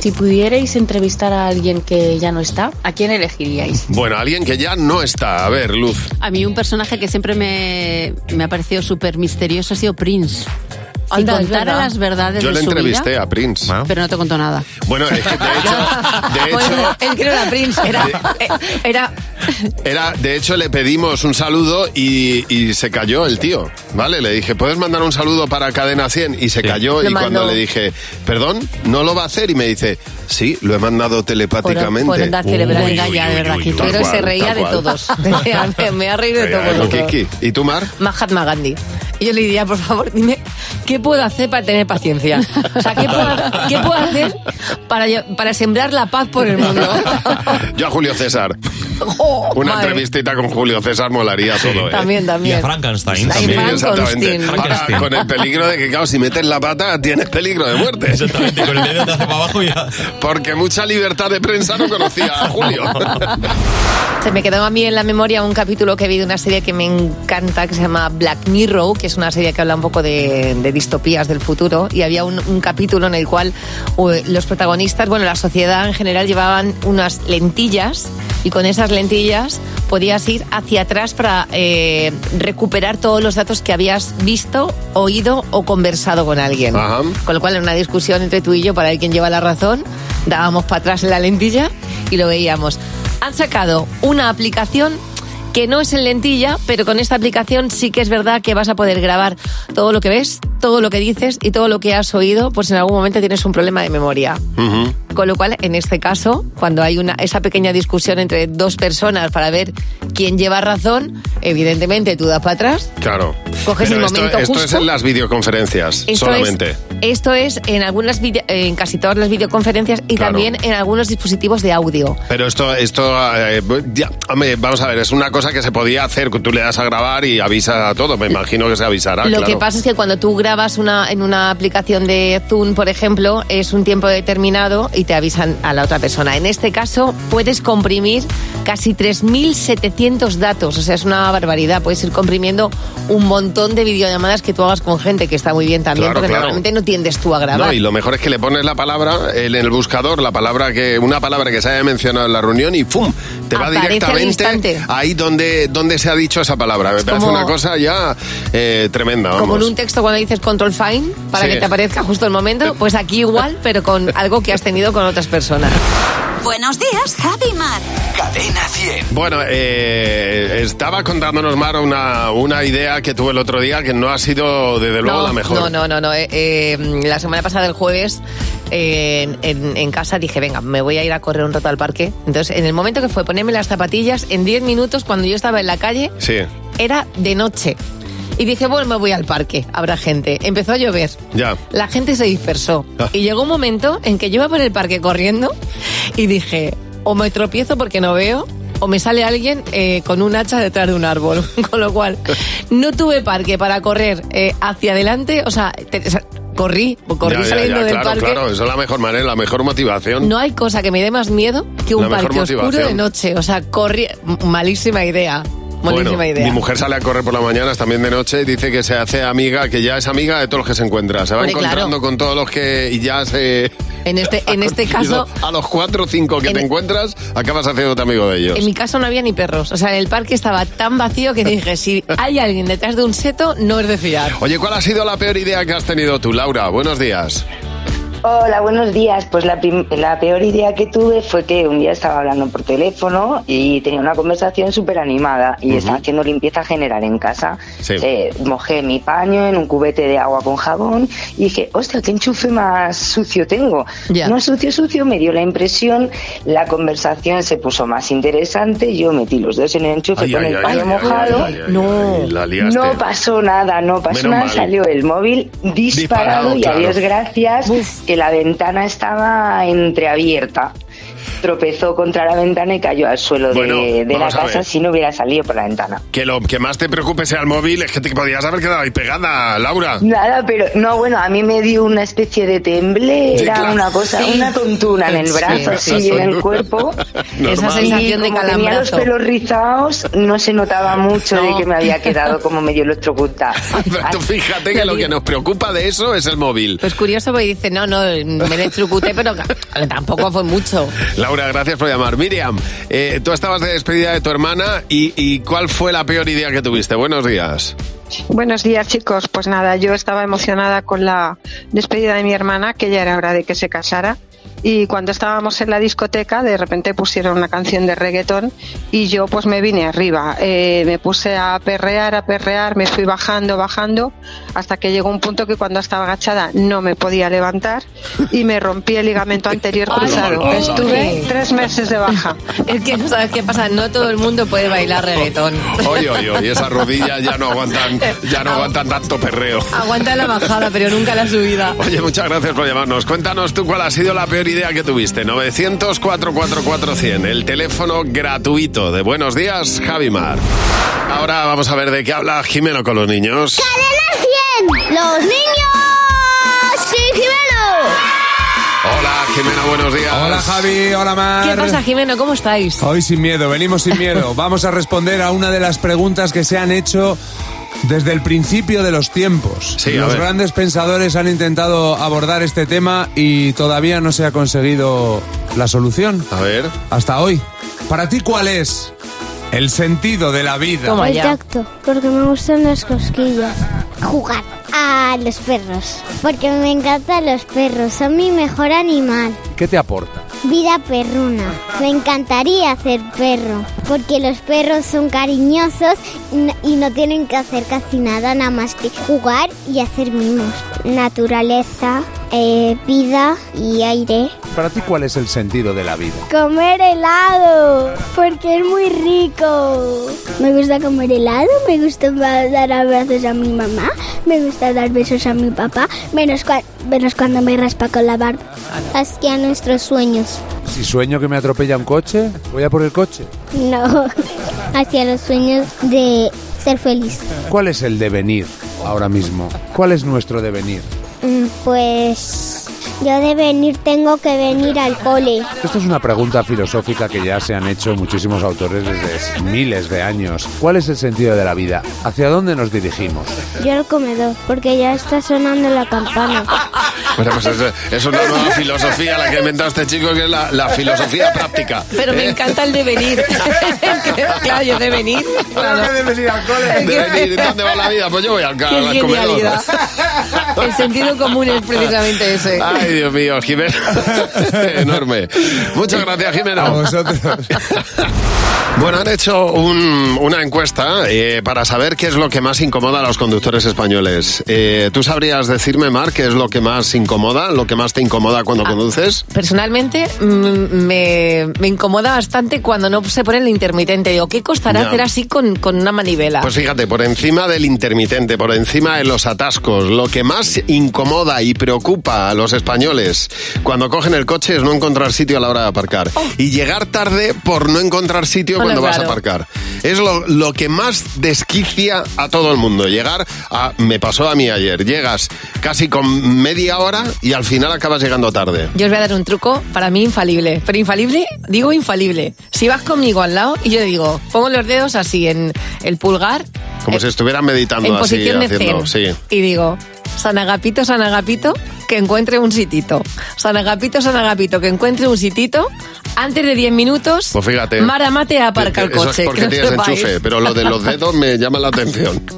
Y: Si pudierais entrevistar a alguien que ya no está, ¿a quién elegiríais?
B: Bueno, alguien que ya no está. A ver, Luz.
G: A mí un personaje que siempre me, me ha parecido súper misterioso ha sido Prince. Si
C: Anda, es
G: contara
C: verdad.
G: las verdades
B: Yo
G: de
B: le
G: su
B: entrevisté ¿eh?
G: vida,
B: a Prince.
C: Ah.
G: pero no te contó nada.
B: Bueno, eh,
C: *laughs*
B: es que de hecho, de hecho, Eh,
C: Bueno, Ah, pues, él que no era Prince, era, eh, era
B: Era, de hecho, le pedimos un saludo y, y se cayó el tío, ¿vale? Le dije, ¿puedes mandar un saludo para Cadena 100? Y se cayó
C: Lo
B: y cuando
C: mandó.
B: le dije, perdón, no lo va a hacer y me dice, sí, lo he mandado telepáticamente.
C: Por, por andar cerebral,
B: Uy,
C: venga ya,
B: uy,
C: de
B: uy,
C: verdad.
B: uy,
C: que-
B: uy,
C: pero
B: tal
C: se
B: cual,
C: reía
B: tal
C: de
B: cual.
C: todos. *laughs* me, me ha reído de
B: Reía
C: todos.
B: de lo que- que- ¿Y tú, Mar?
C: Mahatma Gandhi. Y yo le diría, por favor, dime, ¿qué puedo hacer para tener paciencia? O sea, ¿qué puedo, qué puedo hacer para, lle- para sembrar la paz por el mundo?
B: Yo a Julio César.
C: *laughs* Oh,
B: Una
C: madre.
B: entrevistita con Julio César molaría todo, ¿eh?
C: También, también.
U: Y a Frankenstein
B: Sí,
U: también.
B: exactamente. Ahora, con el peligro de que, claro, si metes la pata, tienes peligro de muerte.
U: Exactamente, con el dedo te hace para abajo y ya.
B: Porque mucha libertad de prensa no conocía a Julio.
C: Se me quedó a mí en la memoria un capítulo que vi de una serie que me encanta, que se llama Black Mirror, que es una serie que habla un poco de, de distopías del futuro. Y había un, un capítulo en el cual eh, los protagonistas, bueno, la sociedad en general llevaban unas lentillas y con esas lentillas podías ir hacia atrás para eh, recuperar todos los datos que habías visto, oído o conversado con alguien. Con lo cual, en una discusión entre tú y yo para ver quién lleva la razón, dábamos para atrás en la lentilla y lo veíamos han sacado una aplicación que no es en lentilla, pero con esta aplicación sí que es verdad que vas a poder grabar todo lo que ves, todo lo que dices y todo lo que has oído, pues en algún momento tienes un problema de memoria. Con lo cual, en este caso, cuando hay una, esa pequeña discusión entre dos personas para ver quién lleva razón, evidentemente tú das para atrás.
B: Claro.
C: Coges
B: Pero
C: el
B: esto,
C: momento
B: esto es
C: justo.
B: en las videoconferencias
C: Esto
B: solamente.
C: Es, esto es en algunas vide- en casi todas las videoconferencias y
B: Claro.
C: también en algunos dispositivos de audio.
B: Pero esto, esto eh, ya, hombre, vamos a ver, es una cosa que se podía hacer, que tú le das a grabar y avisa a todo. Me imagino que se avisará,
C: Lo
B: Ah, claro.
C: que pasa es que cuando tú grabas una, en una aplicación de Zoom, por ejemplo, es un tiempo determinado y te avisan a la otra persona. En este caso, puedes comprimir casi 3.700 datos, o sea, es una barbaridad. Puedes ir comprimiendo un montón montón de videollamadas que tú hagas con gente, que está muy bien también,
B: Claro,
C: porque
B: claro.
C: normalmente no tiendes tú a grabar.
B: No, y lo mejor es que le pones la palabra eh, en el buscador, la palabra que una palabra que se haya mencionado en la reunión y ¡pum! Te va
C: Aparece al
B: directamente
C: instante.
B: ahí donde, donde se ha dicho esa palabra. Me parece
C: como-
B: una cosa ya eh, tremenda.
C: Como en
B: vamos.
C: un texto cuando dices control fine, para
B: Sí.
C: que te aparezca justo el momento, pues aquí
B: *laughs*
C: igual, pero con algo que has tenido con otras personas.
A: Buenos días, Javi Mar. Cadena 100.
B: Bueno, eh, estaba contándonos, Mar, una, una idea que tuve el otro día que no ha sido, desde luego, la mejor.
C: No, no, no, no. Eh, eh, la semana pasada, el jueves, eh, en, en- en casa dije, venga, me voy a ir a correr un rato al parque. Entonces, en el momento que fue ponerme las zapatillas, en 10 minutos, cuando yo estaba en la calle,
B: Sí,
C: era de noche. Y dije, bueno, me voy al parque, habrá gente. Empezó a llover.
B: ya.
C: La gente se dispersó.
B: Ah.
C: Y llegó un momento en que yo iba por el parque corriendo y dije, o me tropiezo porque no veo, o me sale alguien eh, con un hacha detrás de un árbol. *laughs* con lo cual, no tuve parque para correr eh, hacia adelante. O sea, te- o sea, corrí, corrí
B: Ya, ya,
C: saliendo
B: ya,
C: del
B: claro,
C: parque.
B: claro, esa es la mejor manera, la mejor motivación.
C: No hay cosa que me dé más miedo que
B: La
C: un
B: mejor
C: parque oscuro
B: motivación.
C: de noche. O sea, corrí... m- Malísima idea. Malísima
B: Bueno,
C: idea.
B: mi mujer sale a correr por las mañanas, también de noche, y dice que se hace amiga, que ya es amiga de todos los que se encuentra. Se va
C: Hombre,
B: encontrando
C: claro.
B: con todos los que y ya se...
C: En este, en
B: *laughs*
C: este caso,
B: A los cuatro o cinco que te encuentras, acabas haciéndote amigo de ellos.
C: En mi casa no había ni perros. O sea, el parque estaba tan vacío que dije, si hay alguien detrás de un seto, no es de fiar.
B: Oye, ¿cuál ha sido la peor idea que has tenido tú, Laura? Buenos días.
E: Hola, buenos días. Pues la, prim- la peor idea que tuve fue que un día estaba hablando por teléfono y tenía una conversación súper animada y
H: Ujú.
E: estaba haciendo limpieza general en casa.
H: Sí.
E: Eh, mojé mi paño en un cubete de agua con jabón y dije, hostia, qué enchufe más sucio tengo.
H: Ya.
E: No sucio, sucio, me dio la impresión, la conversación se puso más interesante, yo metí los dedos en el enchufe
H: Ay,
E: con
H: ay,
E: el
H: ay,
E: paño
H: ay, ay,
E: mojado.
H: ay, ay, ay,
E: no.
H: ay, la liaste.
E: no pasó nada, no pasó
H: Menos
E: nada,
H: mal.
E: salió el móvil disparado,
H: Disparado,
E: y
H: claro.
E: adiós, gracias, que la ventana estaba entreabierta. Tropezó contra la ventana y cayó al suelo de-
B: Bueno,
E: de, la
B: vamos a
E: casa
B: ver.
E: si no hubiera salido por la ventana.
B: Que lo que más te preocupe sea el móvil, es que te podías haber quedado ahí pegada, Laura.
E: Nada, pero no, bueno, a mí me dio una especie de temblera,
B: Sí, claro.
E: una cosa,
B: Sí.
E: una tontuna en el
B: Sí,
E: brazo,
B: esa
E: así en el
B: tontuna.
E: cuerpo.
B: Normal. Esa
E: Y
C: sensación de
E: como Tenía los
C: calambrazo.
E: pelos rizados, no se notaba mucho de que me había quedado como medio electrocutada.
B: *laughs* Tú fíjate que lo que nos preocupa de eso es el móvil.
C: Pues curioso, porque dice, no, no, me destrucuté, pero ca- tampoco fue mucho.
B: Laura, gracias por llamar. Miriam, eh, tú estabas de despedida de tu hermana y, y ¿cuál fue la peor idea que tuviste? Buenos días.
I: Buenos días, chicos. Pues nada, yo estaba emocionada con la despedida de mi hermana, que ya era hora de que se casara. Y cuando estábamos en la discoteca, de repente pusieron una canción de reggaetón y yo pues me vine arriba. Eh, me puse a perrear, a perrear, me fui bajando, bajando, hasta que llegó un punto que cuando estaba agachada no me podía levantar y me rompí el ligamento anterior cruzado. Estuve tres meses de baja.
C: Es que, ¿sabes qué pasa? No todo el mundo puede bailar reggaetón.
B: Oye, oye, oye, esas rodillas ya no aguantan, ya no aguantan tanto perreo.
C: Aguanta la bajada, pero nunca la subida.
B: Oye, muchas gracias por llamarnos. Cuéntanos tú cuál ha sido la peor idea que tuviste. 900-444-100, el teléfono gratuito de Buenos Días, Javimar. Ahora vamos a ver de qué habla Jimeno con los niños.
J: ¡Los niños! ¡Sí,
B: Hola, Jimeno, buenos días.
K: Hola Javi, hola Mar.
C: ¿Qué pasa, Jimeno? ¿Cómo estáis?
K: Hoy sin miedo, venimos sin miedo. Vamos a responder a una de las preguntas que se han hecho desde el principio de los tiempos.
B: Sí, a
K: los
B: ver.
K: grandes pensadores han intentado abordar este tema y todavía no se ha conseguido la solución.
B: A ver.
K: Hasta hoy. ¿Para ti cuál es el sentido de la vida?
J: El tacto, porque me gustan las cosquillas. Jugar a los perros, porque me encantan los perros, son mi mejor animal.
K: ¿Qué te aporta?
J: Vida perruna. Me encantaría ser perro, porque los perros son cariñosos y n- y no tienen que hacer casi nada, nada más que jugar y hacer mimos. Naturaleza, eh, vida y aire.
K: ¿Para ti cuál es el sentido de la vida?
J: Comer helado, porque es muy rico. Me gusta comer helado, me gusta dar abrazos a mi mamá, me gusta dar besos a mi papá, menos, cua- menos cuando me raspa con la barba. Asquea nuestros sueños.
K: Si sueño que me atropella un coche, voy a por el coche.
J: No, *laughs* hacia los sueños de ser feliz.
K: ¿Cuál es el devenir ahora mismo? ¿Cuál es nuestro devenir?
J: Mm, Pues Yo de venir tengo que venir al cole.
K: Esta es una pregunta filosófica que ya se han hecho muchísimos autores desde miles de años. ¿Cuál es el sentido de la vida? ¿Hacia dónde nos dirigimos?
J: Yo al comedor, porque ya está sonando la campana.
B: Bueno, pues es, es una
C: *laughs*
B: nueva filosofía la que ha inventado este chico, que es la, la filosofía práctica.
C: Pero me
B: ¿Eh?
C: encanta el devenir. claro, yo devenir. Claro.
B: De venir, ¿Dónde va la vida? Pues yo voy al, ca-
C: Qué
B: al comedor.
C: genialidad. El sentido común es precisamente ese.
B: Ay, Dios
C: *laughs*
B: mío, Jimena. Enorme. Muchas gracias, Jimena.
K: A *laughs* vosotros.
B: Bueno, han hecho un- una encuesta eh, para saber qué es lo que más incomoda a los conductores españoles. Eh, ¿Tú sabrías decirme, Mar, qué es lo que más incomoda, lo que más te incomoda cuando
C: Ah.
B: conduces?
C: Personalmente mm, me, me incomoda bastante cuando no se pone el intermitente. Digo, ¿qué costará
B: Ya.
C: hacer así con, con una manivela?
B: Pues fíjate, por encima del intermitente, por encima de los atascos, lo que más incomoda y preocupa a los españoles cuando cogen el coche es no encontrar sitio a la hora de aparcar.
C: Oh.
B: Y llegar tarde por no encontrar sitio
H: Bueno,
B: cuando vas a
H: claro.
B: aparcar. Es lo, lo que más desquicia a todo el mundo. Llegar a... Me pasó a mí ayer. Llegas casi con media hora y al final acabas llegando tarde.
C: Yo os voy a dar un truco para mí infalible. Pero infalible, digo infalible. Si vas conmigo al lado y yo digo, pongo los dedos así en el pulgar
B: Como si estuvieran meditando
C: Eh, en
B: así,
C: posición de
B: haciendo...
C: zen.
B: Sí.
C: y digo, San Agapito, San Agapito, que encuentre un sitito. San Agapito, San Agapito, que encuentre un sitito. Antes de 10 minutos,
B: Pues fíjate.
C: Mara Mate aparca el
B: Eso
C: coche.
B: es
C: que
B: porque
C: lo
B: tienes
C: sepáis.
B: enchufe, pero lo de los dedos me llama la atención.
C: *laughs*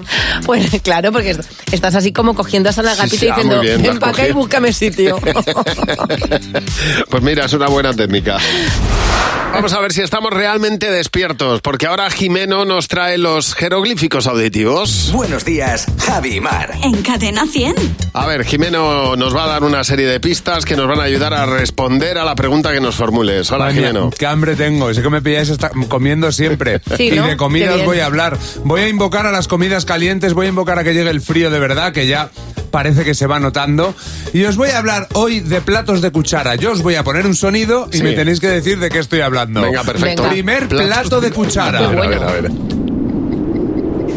C: Pues claro, porque est- estás así como cogiendo a San Agapito
B: sí,
C: y
B: ah,
C: diciendo,
B: muy bien, la
C: ven
B: has
C: para acá y
B: cogido".
C: búscame
B: *laughs*
C: sitio.
B: Pues mira, es una buena técnica. Vamos a ver si estamos realmente despiertos, porque ahora Jimeno nos trae los jeroglíficos auditivos.
D: Buenos días, Javi y Mar.
A: En Cadena 100.
B: A ver, Jimeno nos va a dar una serie de pistas que nos van a ayudar a responder a la pregunta que nos formules. Hola,
K: Coño,
B: Jimeno.
K: Qué hambre tengo, sé que me pilláis hasta- comiendo siempre.
B: *laughs* Sí,
K: y
B: ¿no?
K: de comida
B: Qué
K: os
B: bien.
K: voy a hablar. Voy a invocar a las comidas calientes, voy a invocar a que llegue el frío de verdad, que ya parece que se va notando. Y os voy a hablar hoy de platos de cuchara. Yo os voy a poner un sonido y
B: Sí.
K: me tenéis que decir de qué estoy hablando.
B: Venga, perfecto. Venga.
K: Primer
B: Platos-
K: plato de cuchara.
B: A ver, a ver, a ver.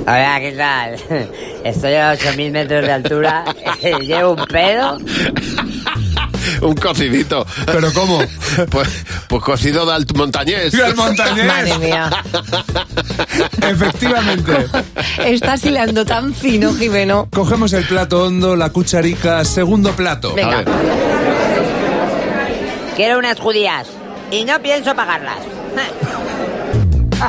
L: Hola, ¿qué tal? *laughs* Estoy a 8.000 metros de altura, *laughs* llevo un pedo.
B: Un cocidito.
K: ¿Pero cómo?
B: *laughs* Pues, pues cocido de alt montañés.
K: Del montañés.
C: Madre mía.
K: Efectivamente.
C: Estás hilando tan fino, Jimeno.
K: Cogemos el plato hondo, la cucharica, segundo plato.
L: Venga.
K: A ver.
L: Quiero unas judías y no pienso pagarlas.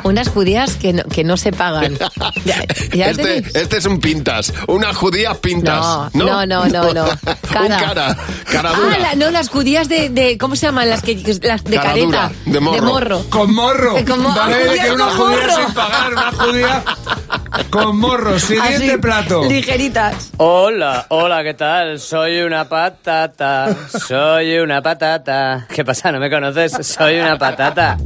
C: Unas judías que no, que no se pagan. Ya- ya
B: Este,
C: tenéis.
B: este es un pintas, unas judías pintas. No,
C: No, no, no, no, no.
B: *laughs* un
C: Cara.
B: cara, cara dura.
C: Ah, la- no, las judías de, de- ¿cómo se llaman? Las que las de
B: Cara
C: careta.
B: dura, de morro.
K: Con morro.
C: Eh, con mo-
K: Vale,
C: judías
K: que una
C: con
K: judía
C: morro.
K: sin pagar, una judía con morro. Siguiente
C: Así,
K: plato.
C: Ligeritas.
M: Hola, hola, ¿qué tal? Soy una patata, soy una patata. ¿Qué pasa? ¿No me conoces? Soy una patata.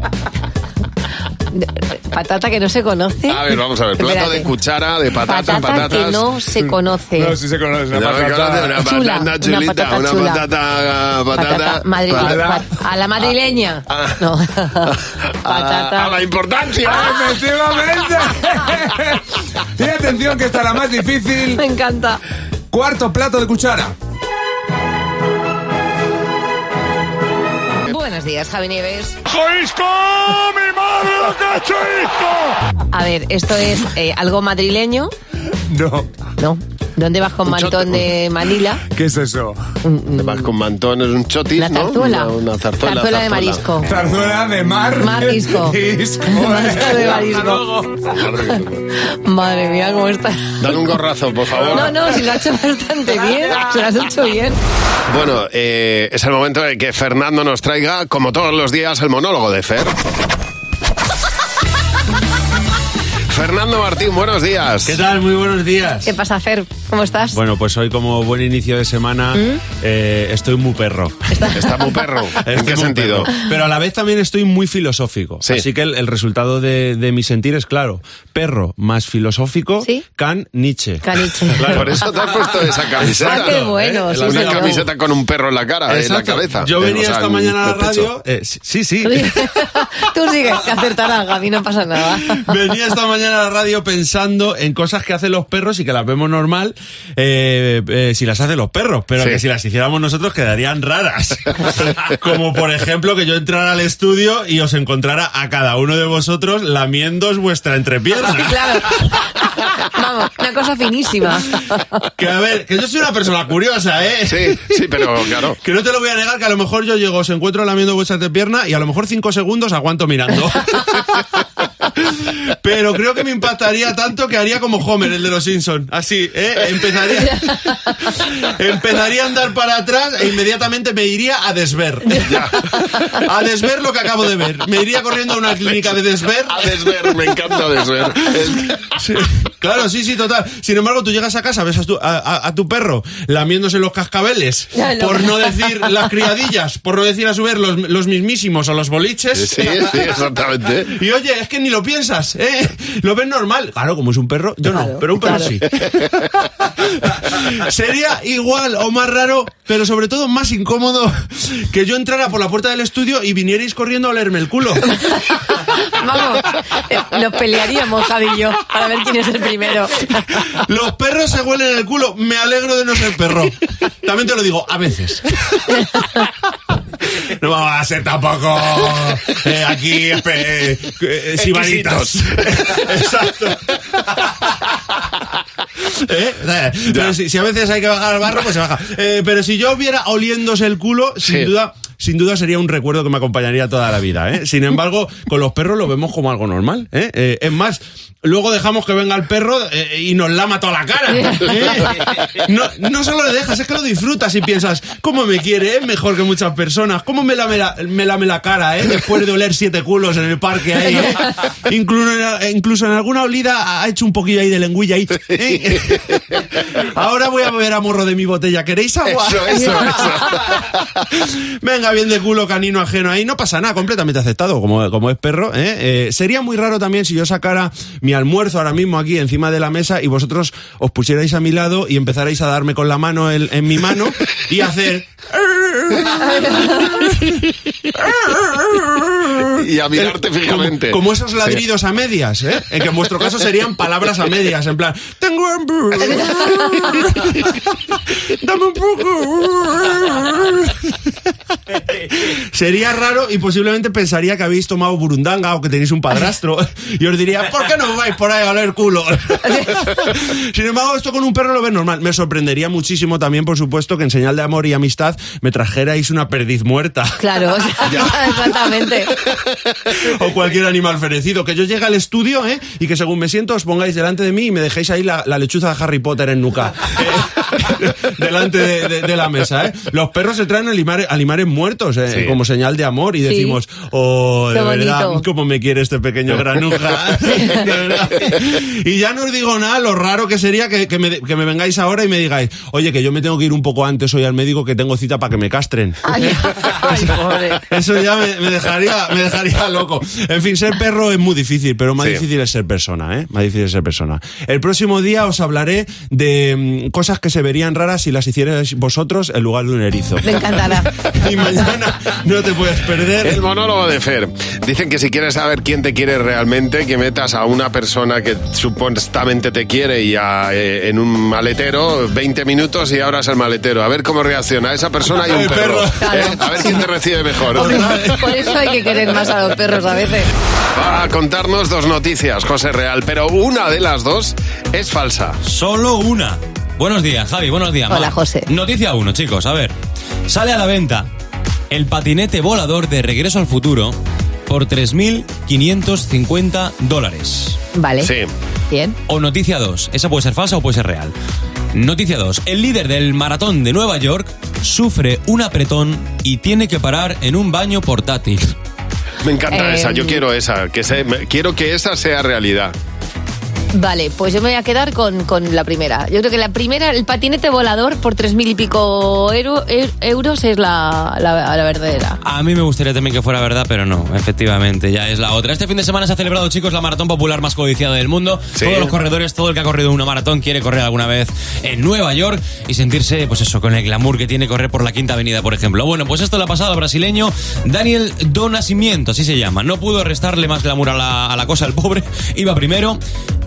C: Patata que no se conoce.
B: A ver, vamos a ver. Plato
C: Espérate.
B: de cuchara, de patata,
C: Patata
B: patatas.
C: que no se conoce.
K: No, sí se conoce. Una
B: No, que
K: patata.
B: conoce, una
C: Chula,
B: patata
C: una
B: chulita,
C: patata
B: una
C: chula.
B: patata, patata,
C: Patata madrileña.
B: patata- Ah.
C: pat- a la madrileña.
B: *laughs*
C: No.
B: a,
C: Patata.
B: a la importancia.
K: Ah, Efectivamente. Y atención que esta es la más difícil. Me
C: encanta.
K: Cuarto plato de cuchara.
C: Buenos días, Javi Nieves.
N: ¡Soisco! ¡Mi madre lo que ha hecho Isco!
C: A ver, esto es eh, algo madrileño.
K: No.
C: No. ¿Dónde vas con mantón de Manila?
K: ¿Qué es eso?
B: Vas con mantón, es un chotis,
C: Mm, La
B: ¿no?
C: zarzuela.
B: Una, una zarzuela.
C: Zarzuela de marisco.
K: Zarzuela de mar. *laughs*
B: *laughs*
K: eh.
C: Marisco. *laughs*
K: Isco.
B: eh.
C: Zarzuela de marisco. Madre mía, cómo está.
B: Dale un gorrazo, por favor.
C: No, no, si lo ha hecho bastante bien. Se lo has hecho bien.
B: Bueno, eh, es el momento de que Fernando nos traiga, como todos los días, el monólogo de Fer. Fernando Martín, buenos días.
O: ¿Qué tal? Muy buenos días.
C: ¿Qué pasa, Fer? ¿Cómo estás?
O: *laughs* Bueno, pues hoy como buen inicio de semana eh, estoy muy perro.
B: Está muy
O: *laughs*
B: perro. ¿En qué sentido?
O: Pero a la vez también estoy muy filosófico. Así que el, el resultado de, de mi sentir es claro. Perro más filosófico, can Nietzsche.
C: Caniche.
O: *laughs*
B: Por eso te has puesto esa camiseta.
O: Ah, qué bueno,
B: ¿Eh?
O: sí,
B: Una
O: señor.
B: camiseta con un perro en la cara, en la
O: Exacto.
B: cabeza.
O: Yo
B: Eh,
O: venía
B: o sea,
O: esta
B: en
O: mañana a la
B: el pecho.
O: radio. eh, sí,
C: *laughs*
O: sí.
C: Tú sigue, que acertarás, Gaby, no pasa nada.
O: *laughs* Venía esta mañana mañana a la radio pensando en cosas que hacen los perros y que las vemos normal eh, eh, si las hacen los perros, pero
B: Sí.
O: que si las hiciéramos nosotros quedarían raras. *laughs* Como por ejemplo que yo entrara al estudio y os encontrara a cada uno de vosotros lamiendos vuestra entrepierna.
C: Claro. Vamos, una cosa finísima.
O: Que a ver, que yo soy una persona curiosa, ¿eh? Sí,
B: sí, pero claro.
O: Que no te lo voy a negar, que a lo mejor yo llego, os encuentro lamiendo vuestra pierna y a lo mejor cinco segundos aguanto
B: *laughs*
O: mirando. pero creo que me impactaría tanto que haría como Homer, el de los Simpson. Así, ¿eh? Empezaría, empezaría a andar para atrás e inmediatamente me iría a desver. A desver lo que acabo de ver. Me iría corriendo a una clínica de desver.
B: A desver, me encanta desver.
O: *laughs* Sí, Claro, sí, sí, total. Sin embargo, tú llegas a casa, ves a tu, a- a- a tu perro lamiéndose los cascabeles,
N: Ya lo-
O: por no decir las criadillas, por no decir a su vez los, los mismísimos o los boliches.
B: Sí, sí, exactamente.
O: *laughs* Y oye, es que ni lo piensas, ¿eh? Lo ves normal. Claro, como es un perro, yo no, pero un perro sí. *laughs* Sería igual o más raro, pero sobre todo más incómodo que yo entrara por la puerta del estudio y vinierais corriendo a olerme el culo.
C: Vamos, eh, nos pelearíamos, Javi y yo, para ver quién es el primero.
O: Los perros se huelen el culo. Me alegro de no ser perro. También te lo digo, a veces. No vamos a ser tampoco eh, aquí espe- eh, eh, sibaritas. Exacto. ¿Eh? Pero si, si a veces hay que bajar al barro, pues se baja. Eh, pero si yo viera oliéndose el culo, sin duda. Sin duda sería un recuerdo que me acompañaría toda la vida. ¿eh? Sin embargo, con los perros lo vemos como algo normal. ¿eh? Eh, es más, luego dejamos que venga el perro eh, y nos lama toda la cara. ¿eh? No, no solo le dejas, es que lo disfrutas y piensas, ¿cómo me quiere? eh? Mejor que muchas personas. ¿Cómo me lame la, me lame la cara eh? después de oler siete culos en el parque ahí? eh? Incluso, en, incluso en alguna olida ha hecho un poquillo ahí de lengüilla ahí.
N: *laughs*
O: ¿eh? Ahora voy a beber a morro de mi botella. ¿Queréis agua?
N: Eso, eso,
O: Venga, bien de culo canino ajeno ahí. No pasa nada, completamente aceptado, como, como es perro. ¿eh? Eh, sería muy raro también si yo sacara mi almuerzo ahora mismo aquí encima de la mesa y vosotros os pusierais a mi lado y empezarais a darme con la mano el- en mi mano y hacer...
B: Y a mirarte
O: Como-
B: fijamente.
O: Como, esos ladridos a medias, ¿eh? En que en vuestro caso serían palabras a medias, en plan...
C: *laughs*
O: Tengo hambre. Dame un poco. Sería raro y posiblemente pensaría que habéis tomado burundanga o que tenéis un padrastro y os diría, ¿por qué no vais por ahí a oler culo? Sin embargo, esto con un perro lo ves normal. Me sorprendería muchísimo también, por supuesto, que en señal de amor y amistad me trajerais una perdiz muerta
C: Claro, o sea, exactamente.
O: *laughs* o cualquier animal fenecido. Que yo llegue al estudio ¿eh? y que según me siento os pongáis delante de mí y me dejéis ahí la, la lechuza de Harry Potter en nuca. *laughs* eh, delante de, de- de la mesa. ¿eh? Los perros se traen animales, animales muertos eh,
B: Sí.
O: como señal de amor y
B: Sí.
O: decimos, oh, de
B: Qué
O: verdad,
B: bonito.
O: cómo me quiere este pequeño
B: *laughs*
O: granuja. De verdad. y ya no os digo nada, lo raro que sería que, que me, que me vengáis ahora y me digáis, oye, que yo me tengo que ir un poco antes hoy al médico que tengo cita para que me castren. Eso ya me, me dejaría, me dejaría loco. En fin, ser perro es muy difícil, pero más
B: Sí.
O: difícil es ser persona, ¿eh? Más difícil es ser persona. El próximo día os hablaré de mm, cosas que se verían raras si las hicierais vosotros en lugar de un erizo.
C: Me encantará.
O: Y mañana no te puedes perder.
B: El monólogo de Fer. Dicen que si quieres saber quién te quiere realmente, que metas a una persona que supuestamente te quiere y a, eh, en un maletero 20 minutos y abras el maletero. A ver cómo reacciona esa persona y un
N: El
B: perro.
N: perro.
B: ¿eh? A ver quién te recibe mejor.
C: Por eso hay que querer más a los perros a veces.
B: Va a contarnos dos noticias, José Real, pero una de las dos es falsa.
U: Solo una. Buenos días, Javi. Buenos días.
C: Hola,
U: Mar.
C: José.
U: Noticia 1, chicos. A ver. Sale a la venta el patinete volador de Regreso al Futuro por 3.550 dólares.
C: Vale. Bien.
U: O noticia 2. Esa puede ser falsa o puede ser real. Noticia 2. El líder del maratón de Nueva York sufre un apretón y tiene que parar en un baño portátil.
B: Me encanta
U: Eh,
C: Em.
B: esa, yo quiero esa, que se- me- quiero que esa sea realidad.
C: Vale, pues yo me voy a quedar con, con la primera. Yo creo que la primera, el patinete volador por tres mil y pico euro- e- euros es la, la, la verdadera.
U: A mí me gustaría también que fuera verdad, pero no, efectivamente, ya es la otra. Este fin de semana se ha celebrado, chicos, la maratón popular más codiciada del mundo. Todos los corredores, todo el que ha corrido una maratón quiere correr alguna vez en Nueva York y sentirse, pues eso, con el glamour que tiene correr por la Quinta Avenida, por ejemplo. Bueno, pues esto le ha pasado al brasileño Daniel Donacimiento, así se llama. No pudo restarle más glamour a la, a la cosa al pobre, iba primero.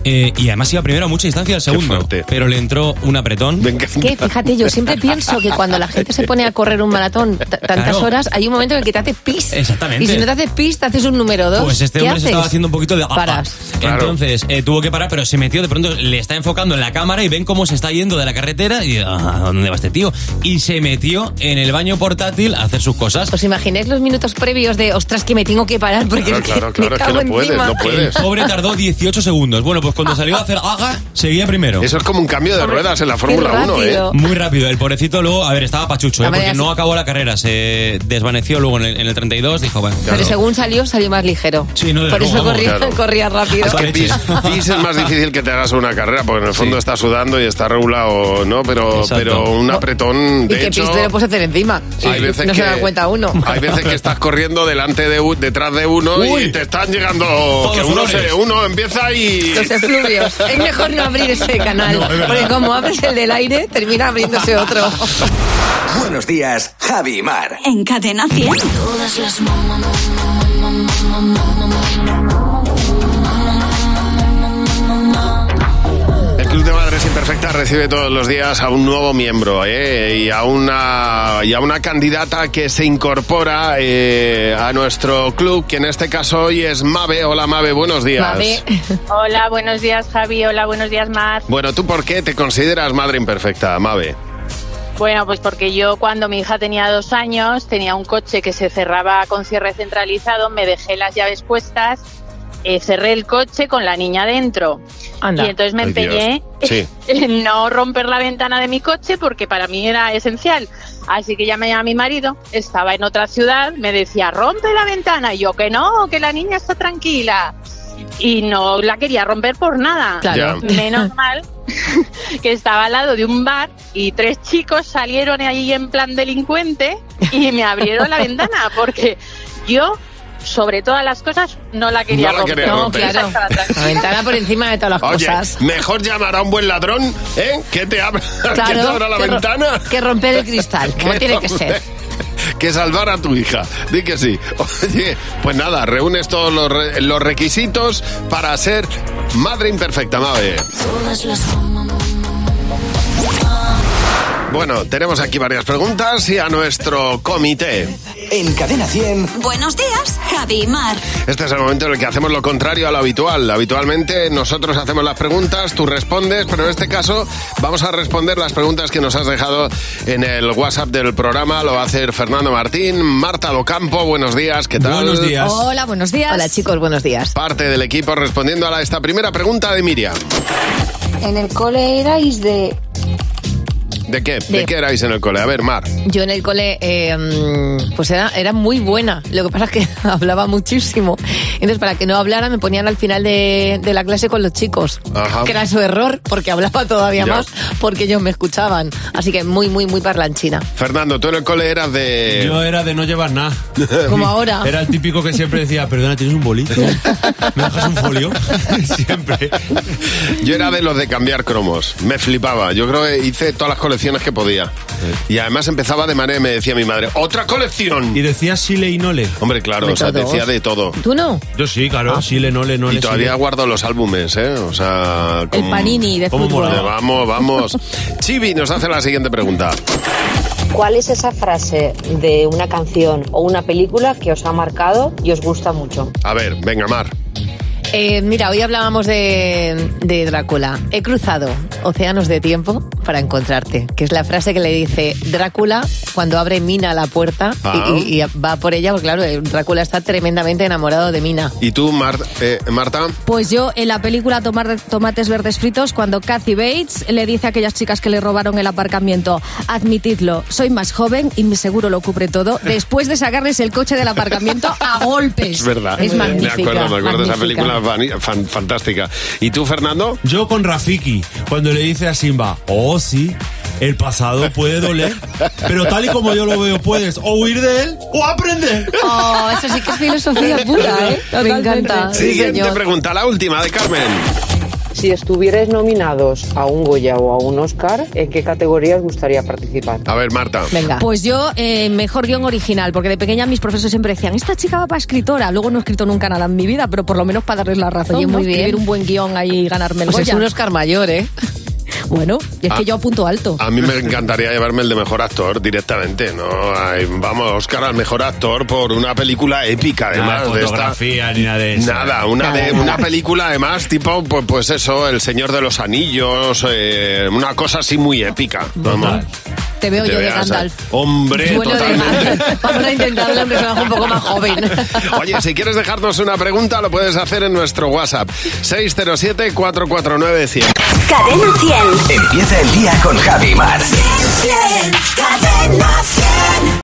U: eh, y además iba primero a mucha distancia al segundo, pero le entró un apretón.
C: *laughs* Que fíjate, yo siempre pienso que cuando la gente se pone a correr un maratón t- tantas
U: Claro.
C: horas, hay un momento en el que te hace pis.
U: Exactamente.
C: Y si no te hace pis, te haces un número dos.
U: Pues este
C: ¿Qué
U: hombre se
C: haces?
U: estaba haciendo un poquito de...
C: Paras.
U: Entonces eh, tuvo que parar, pero se metió de pronto, le está enfocando en la cámara y ven cómo se está yendo de la carretera y "Ah, ¿a dónde va este tío? Y se metió en el baño portátil a hacer sus cosas.
C: ¿Os imagináis los minutos previos de, ostras, que me tengo que parar porque es que me cago encima?
U: El pobre tardó 18 segundos. Bueno, pues cuando salió a hacer haga, seguía primero.
B: Eso es como un cambio de ruedas en la Fórmula 1, ¿eh?
U: Muy rápido. El pobrecito luego, a ver, estaba pachucho, ¿eh?
C: A ver,
U: porque
C: así-
U: no acabó la carrera. Se desvaneció luego en el, en el 32. Dijo, bueno,
C: Pero según salió, salió más ligero.
U: Sí, no, desde
C: Por eso
U: luego,
C: corría,
U: claro.
C: corría rápido.
B: Es que pis, pis es más difícil que te hagas una carrera, porque en el fondo estás sudando y está regulado, ¿no? Pero,
U: Exacto.
B: pero un apretón,
C: y
B: de
C: que
B: hecho...
C: pis te lo puedes hacer encima.
B: Hay veces
C: no se
B: que-
C: da cuenta uno.
B: Hay veces que estás corriendo delante de u- detrás de uno y te están llegando que uno
N: flores.
B: se- uno empieza y
C: Los efluvios. Es mejor no abrir ese canal.
B: No, es verdad.
C: porque como abres el del aire, termina abriéndose otro.
D: Buenos días, Javi y Mar.
A: En Cadena 100. Todas las
B: El Club de Madres Imperfectas recibe todos los días a un nuevo miembro ¿eh? y, a una, y a una candidata que se incorpora eh, a nuestro club, que en este caso hoy es Mabe. Hola Mabe, buenos días.
H: *laughs* Hola, buenos días Javi, hola, buenos días Mar.
B: Bueno, ¿tú por qué te consideras madre imperfecta, Mabe?
H: Bueno, pues porque yo cuando mi hija tenía dos años tenía un coche que se cerraba con cierre centralizado, me dejé las llaves puestas, eh, cerré el coche con la niña dentro.
C: Anda.
H: Y entonces me
C: Ay, Dios.
H: empeñé
C: Sí.
H: en *laughs* no romper la ventana de mi coche porque para mí era esencial. Así que llamé a mi marido, estaba en otra ciudad, me decía, rompe la ventana. Y yo que no, que la niña está tranquila. Y no la quería romper por nada.
N: Claro. Ya.
H: Menos mal que estaba al lado de un bar y tres chicos salieron ahí en plan delincuente y me abrieron la ventana porque yo, sobre todas las cosas, no la quería
B: No la
H: romper.
B: quería No, romper. claro.
H: Estaba tranquila.
C: La ventana por encima de todas las
B: Oye,
C: cosas.
B: mejor llamar a un buen ladrón, ¿eh? Que te abra, *laughs* *laughs* que te abra la
C: que ro-
B: ventana.
C: Que romper el cristal, como
B: Que
C: Pues tiene que ser.
B: *laughs* Que salvar a tu hija. Di que sí. *laughs* Oye, pues nada, reúnes todos los, re- los requisitos para ser madre imperfecta, Mabe.
A: Todas las
B: Bueno, tenemos aquí varias preguntas y a nuestro comité.
D: En Cadena 100.
A: Buenos días, Javi y Mar.
B: Este es el momento en el que hacemos lo contrario a lo habitual. Habitualmente nosotros hacemos las preguntas, tú respondes, pero en este caso vamos a responder las preguntas que nos has dejado en el WhatsApp del programa. Lo va a hacer Fernando Martín, Marta Docampo, buenos días, ¿qué tal?
C: Hola, buenos días. Hola, chicos, buenos días.
B: Parte del equipo respondiendo a la- esta primera pregunta de Miriam.
F: En el cole erais de...
B: ¿De qué?
C: De-
B: ¿De qué erais en el cole? A ver, Mar.
C: Yo en el cole, eh, mm, pues era, era muy buena. Lo que pasa es que *laughs* hablaba muchísimo. Entonces, para que no hablara, me ponían al final de, de la clase con los chicos.
B: Ajá.
C: Que era su error, porque hablaba todavía
B: Ya.
C: más, porque ellos me escuchaban. Así que muy, muy, muy parlanchina.
B: Fernando, tú en el cole eras de...
O: Yo era de no llevar
B: *laughs*
O: nada.
C: Como ahora.
O: Era el típico que siempre decía, perdona, ¿tienes un bolito? ¿Me dejas un folio?
B: Yo era de los de cambiar cromos. Me flipaba. Yo creo que hice todas las colecciones que podía. Y además empezaba de manera, me decía mi madre, ¡otra colección!
O: Y decía Sile y Nole.
B: Hombre, claro, o sea,
O: Hombre, claro.
B: decía de todo.
C: ¿Tú no?
O: Yo Ah, sí, claro. Sile, Nole, Nole.
B: Y todavía guardo los álbumes, ¿eh? O sea...
C: El
B: como-
C: panini de
B: como
C: fútbol.
B: molaba.
C: *laughs*
B: Vamos, vamos. Chibi nos hace la siguiente pregunta.
P: ¿Cuál es esa frase de una canción o una película que os ha marcado y os gusta mucho?
B: A ver, venga, Mar.
C: Eh, mira, hoy hablábamos de, de Drácula. He cruzado océanos de tiempo para encontrarte, que es la frase que le dice Drácula cuando abre Mina la puerta y-
B: Ah.
C: y, y va por ella, porque claro, Drácula está tremendamente enamorado de Mina.
B: ¿Y tú, Mar- eh, Marta?
S: Pues yo en la película Tomar Tomates Verdes Fritos, cuando Kathy Bates le dice a aquellas chicas que le robaron el aparcamiento, admitidlo, soy más joven y mi seguro lo cubre todo, después de sacarles el coche del aparcamiento
C: *laughs*
S: a golpes.
B: Es verdad.
S: Es
B: me
S: magnífica.
B: acuerdo, me acuerdo. Esa
S: magnífica.
B: película fan- fan- fantástica. ¿Y tú, Fernando?
O: Yo con Rafiki, cuando le dice a Simba, oh sí, el pasado puede doler, pero tal y como yo lo veo, puedes o huir de él o aprender.
C: Oh, eso sí que es filosofía pura, ¿eh? Me encanta. sí,
B: Siguiente
C: señor.
B: pregunta, la última de Carmen.
R: Si estuvierais nominados a un Goya o a un Oscar, ¿en qué categoría os gustaría participar?
B: A ver, Marta.
S: Pues yo, eh, mejor guión original, porque de pequeña mis profesores siempre decían, esta chica va para escritora. Luego no he escrito nunca nada en mi vida, pero por lo menos para darles la razón.
C: Oye,
S: ¿no?
C: muy bien.
S: Escribir un buen guión ahí y ganarme el
C: Pues es
S: Goya.
C: un Oscar mayor, ¿eh?
S: Bueno, y es
B: Ah.
S: que yo apunto alto.
B: A mí me encantaría llevarme el de mejor actor directamente, ¿no? Ay, vamos, Oscar al mejor actor por una película épica, además
O: Nada de
B: de esta.
O: fotografía ni nada de eso. ¿eh?
B: Nada, una,
O: Nada,
B: de-
O: nada.
B: una película además tipo, pues, pues eso, El Señor de los Anillos, eh, una cosa así muy épica. Vamos.
C: Te veo
B: Que te
C: yo de
B: veas,
C: Gandalf.
B: ¿sabes? Hombre,
C: Duelo de
B: totalmente.
C: Vamos a intentar un personaje un poco más joven.
B: Oye, si quieres dejarnos una pregunta, lo puedes hacer en nuestro WhatsApp. 607-449-100.
A: Cadena 100.
Z: Empieza el día con Javi Mar.
A: Cadena 100.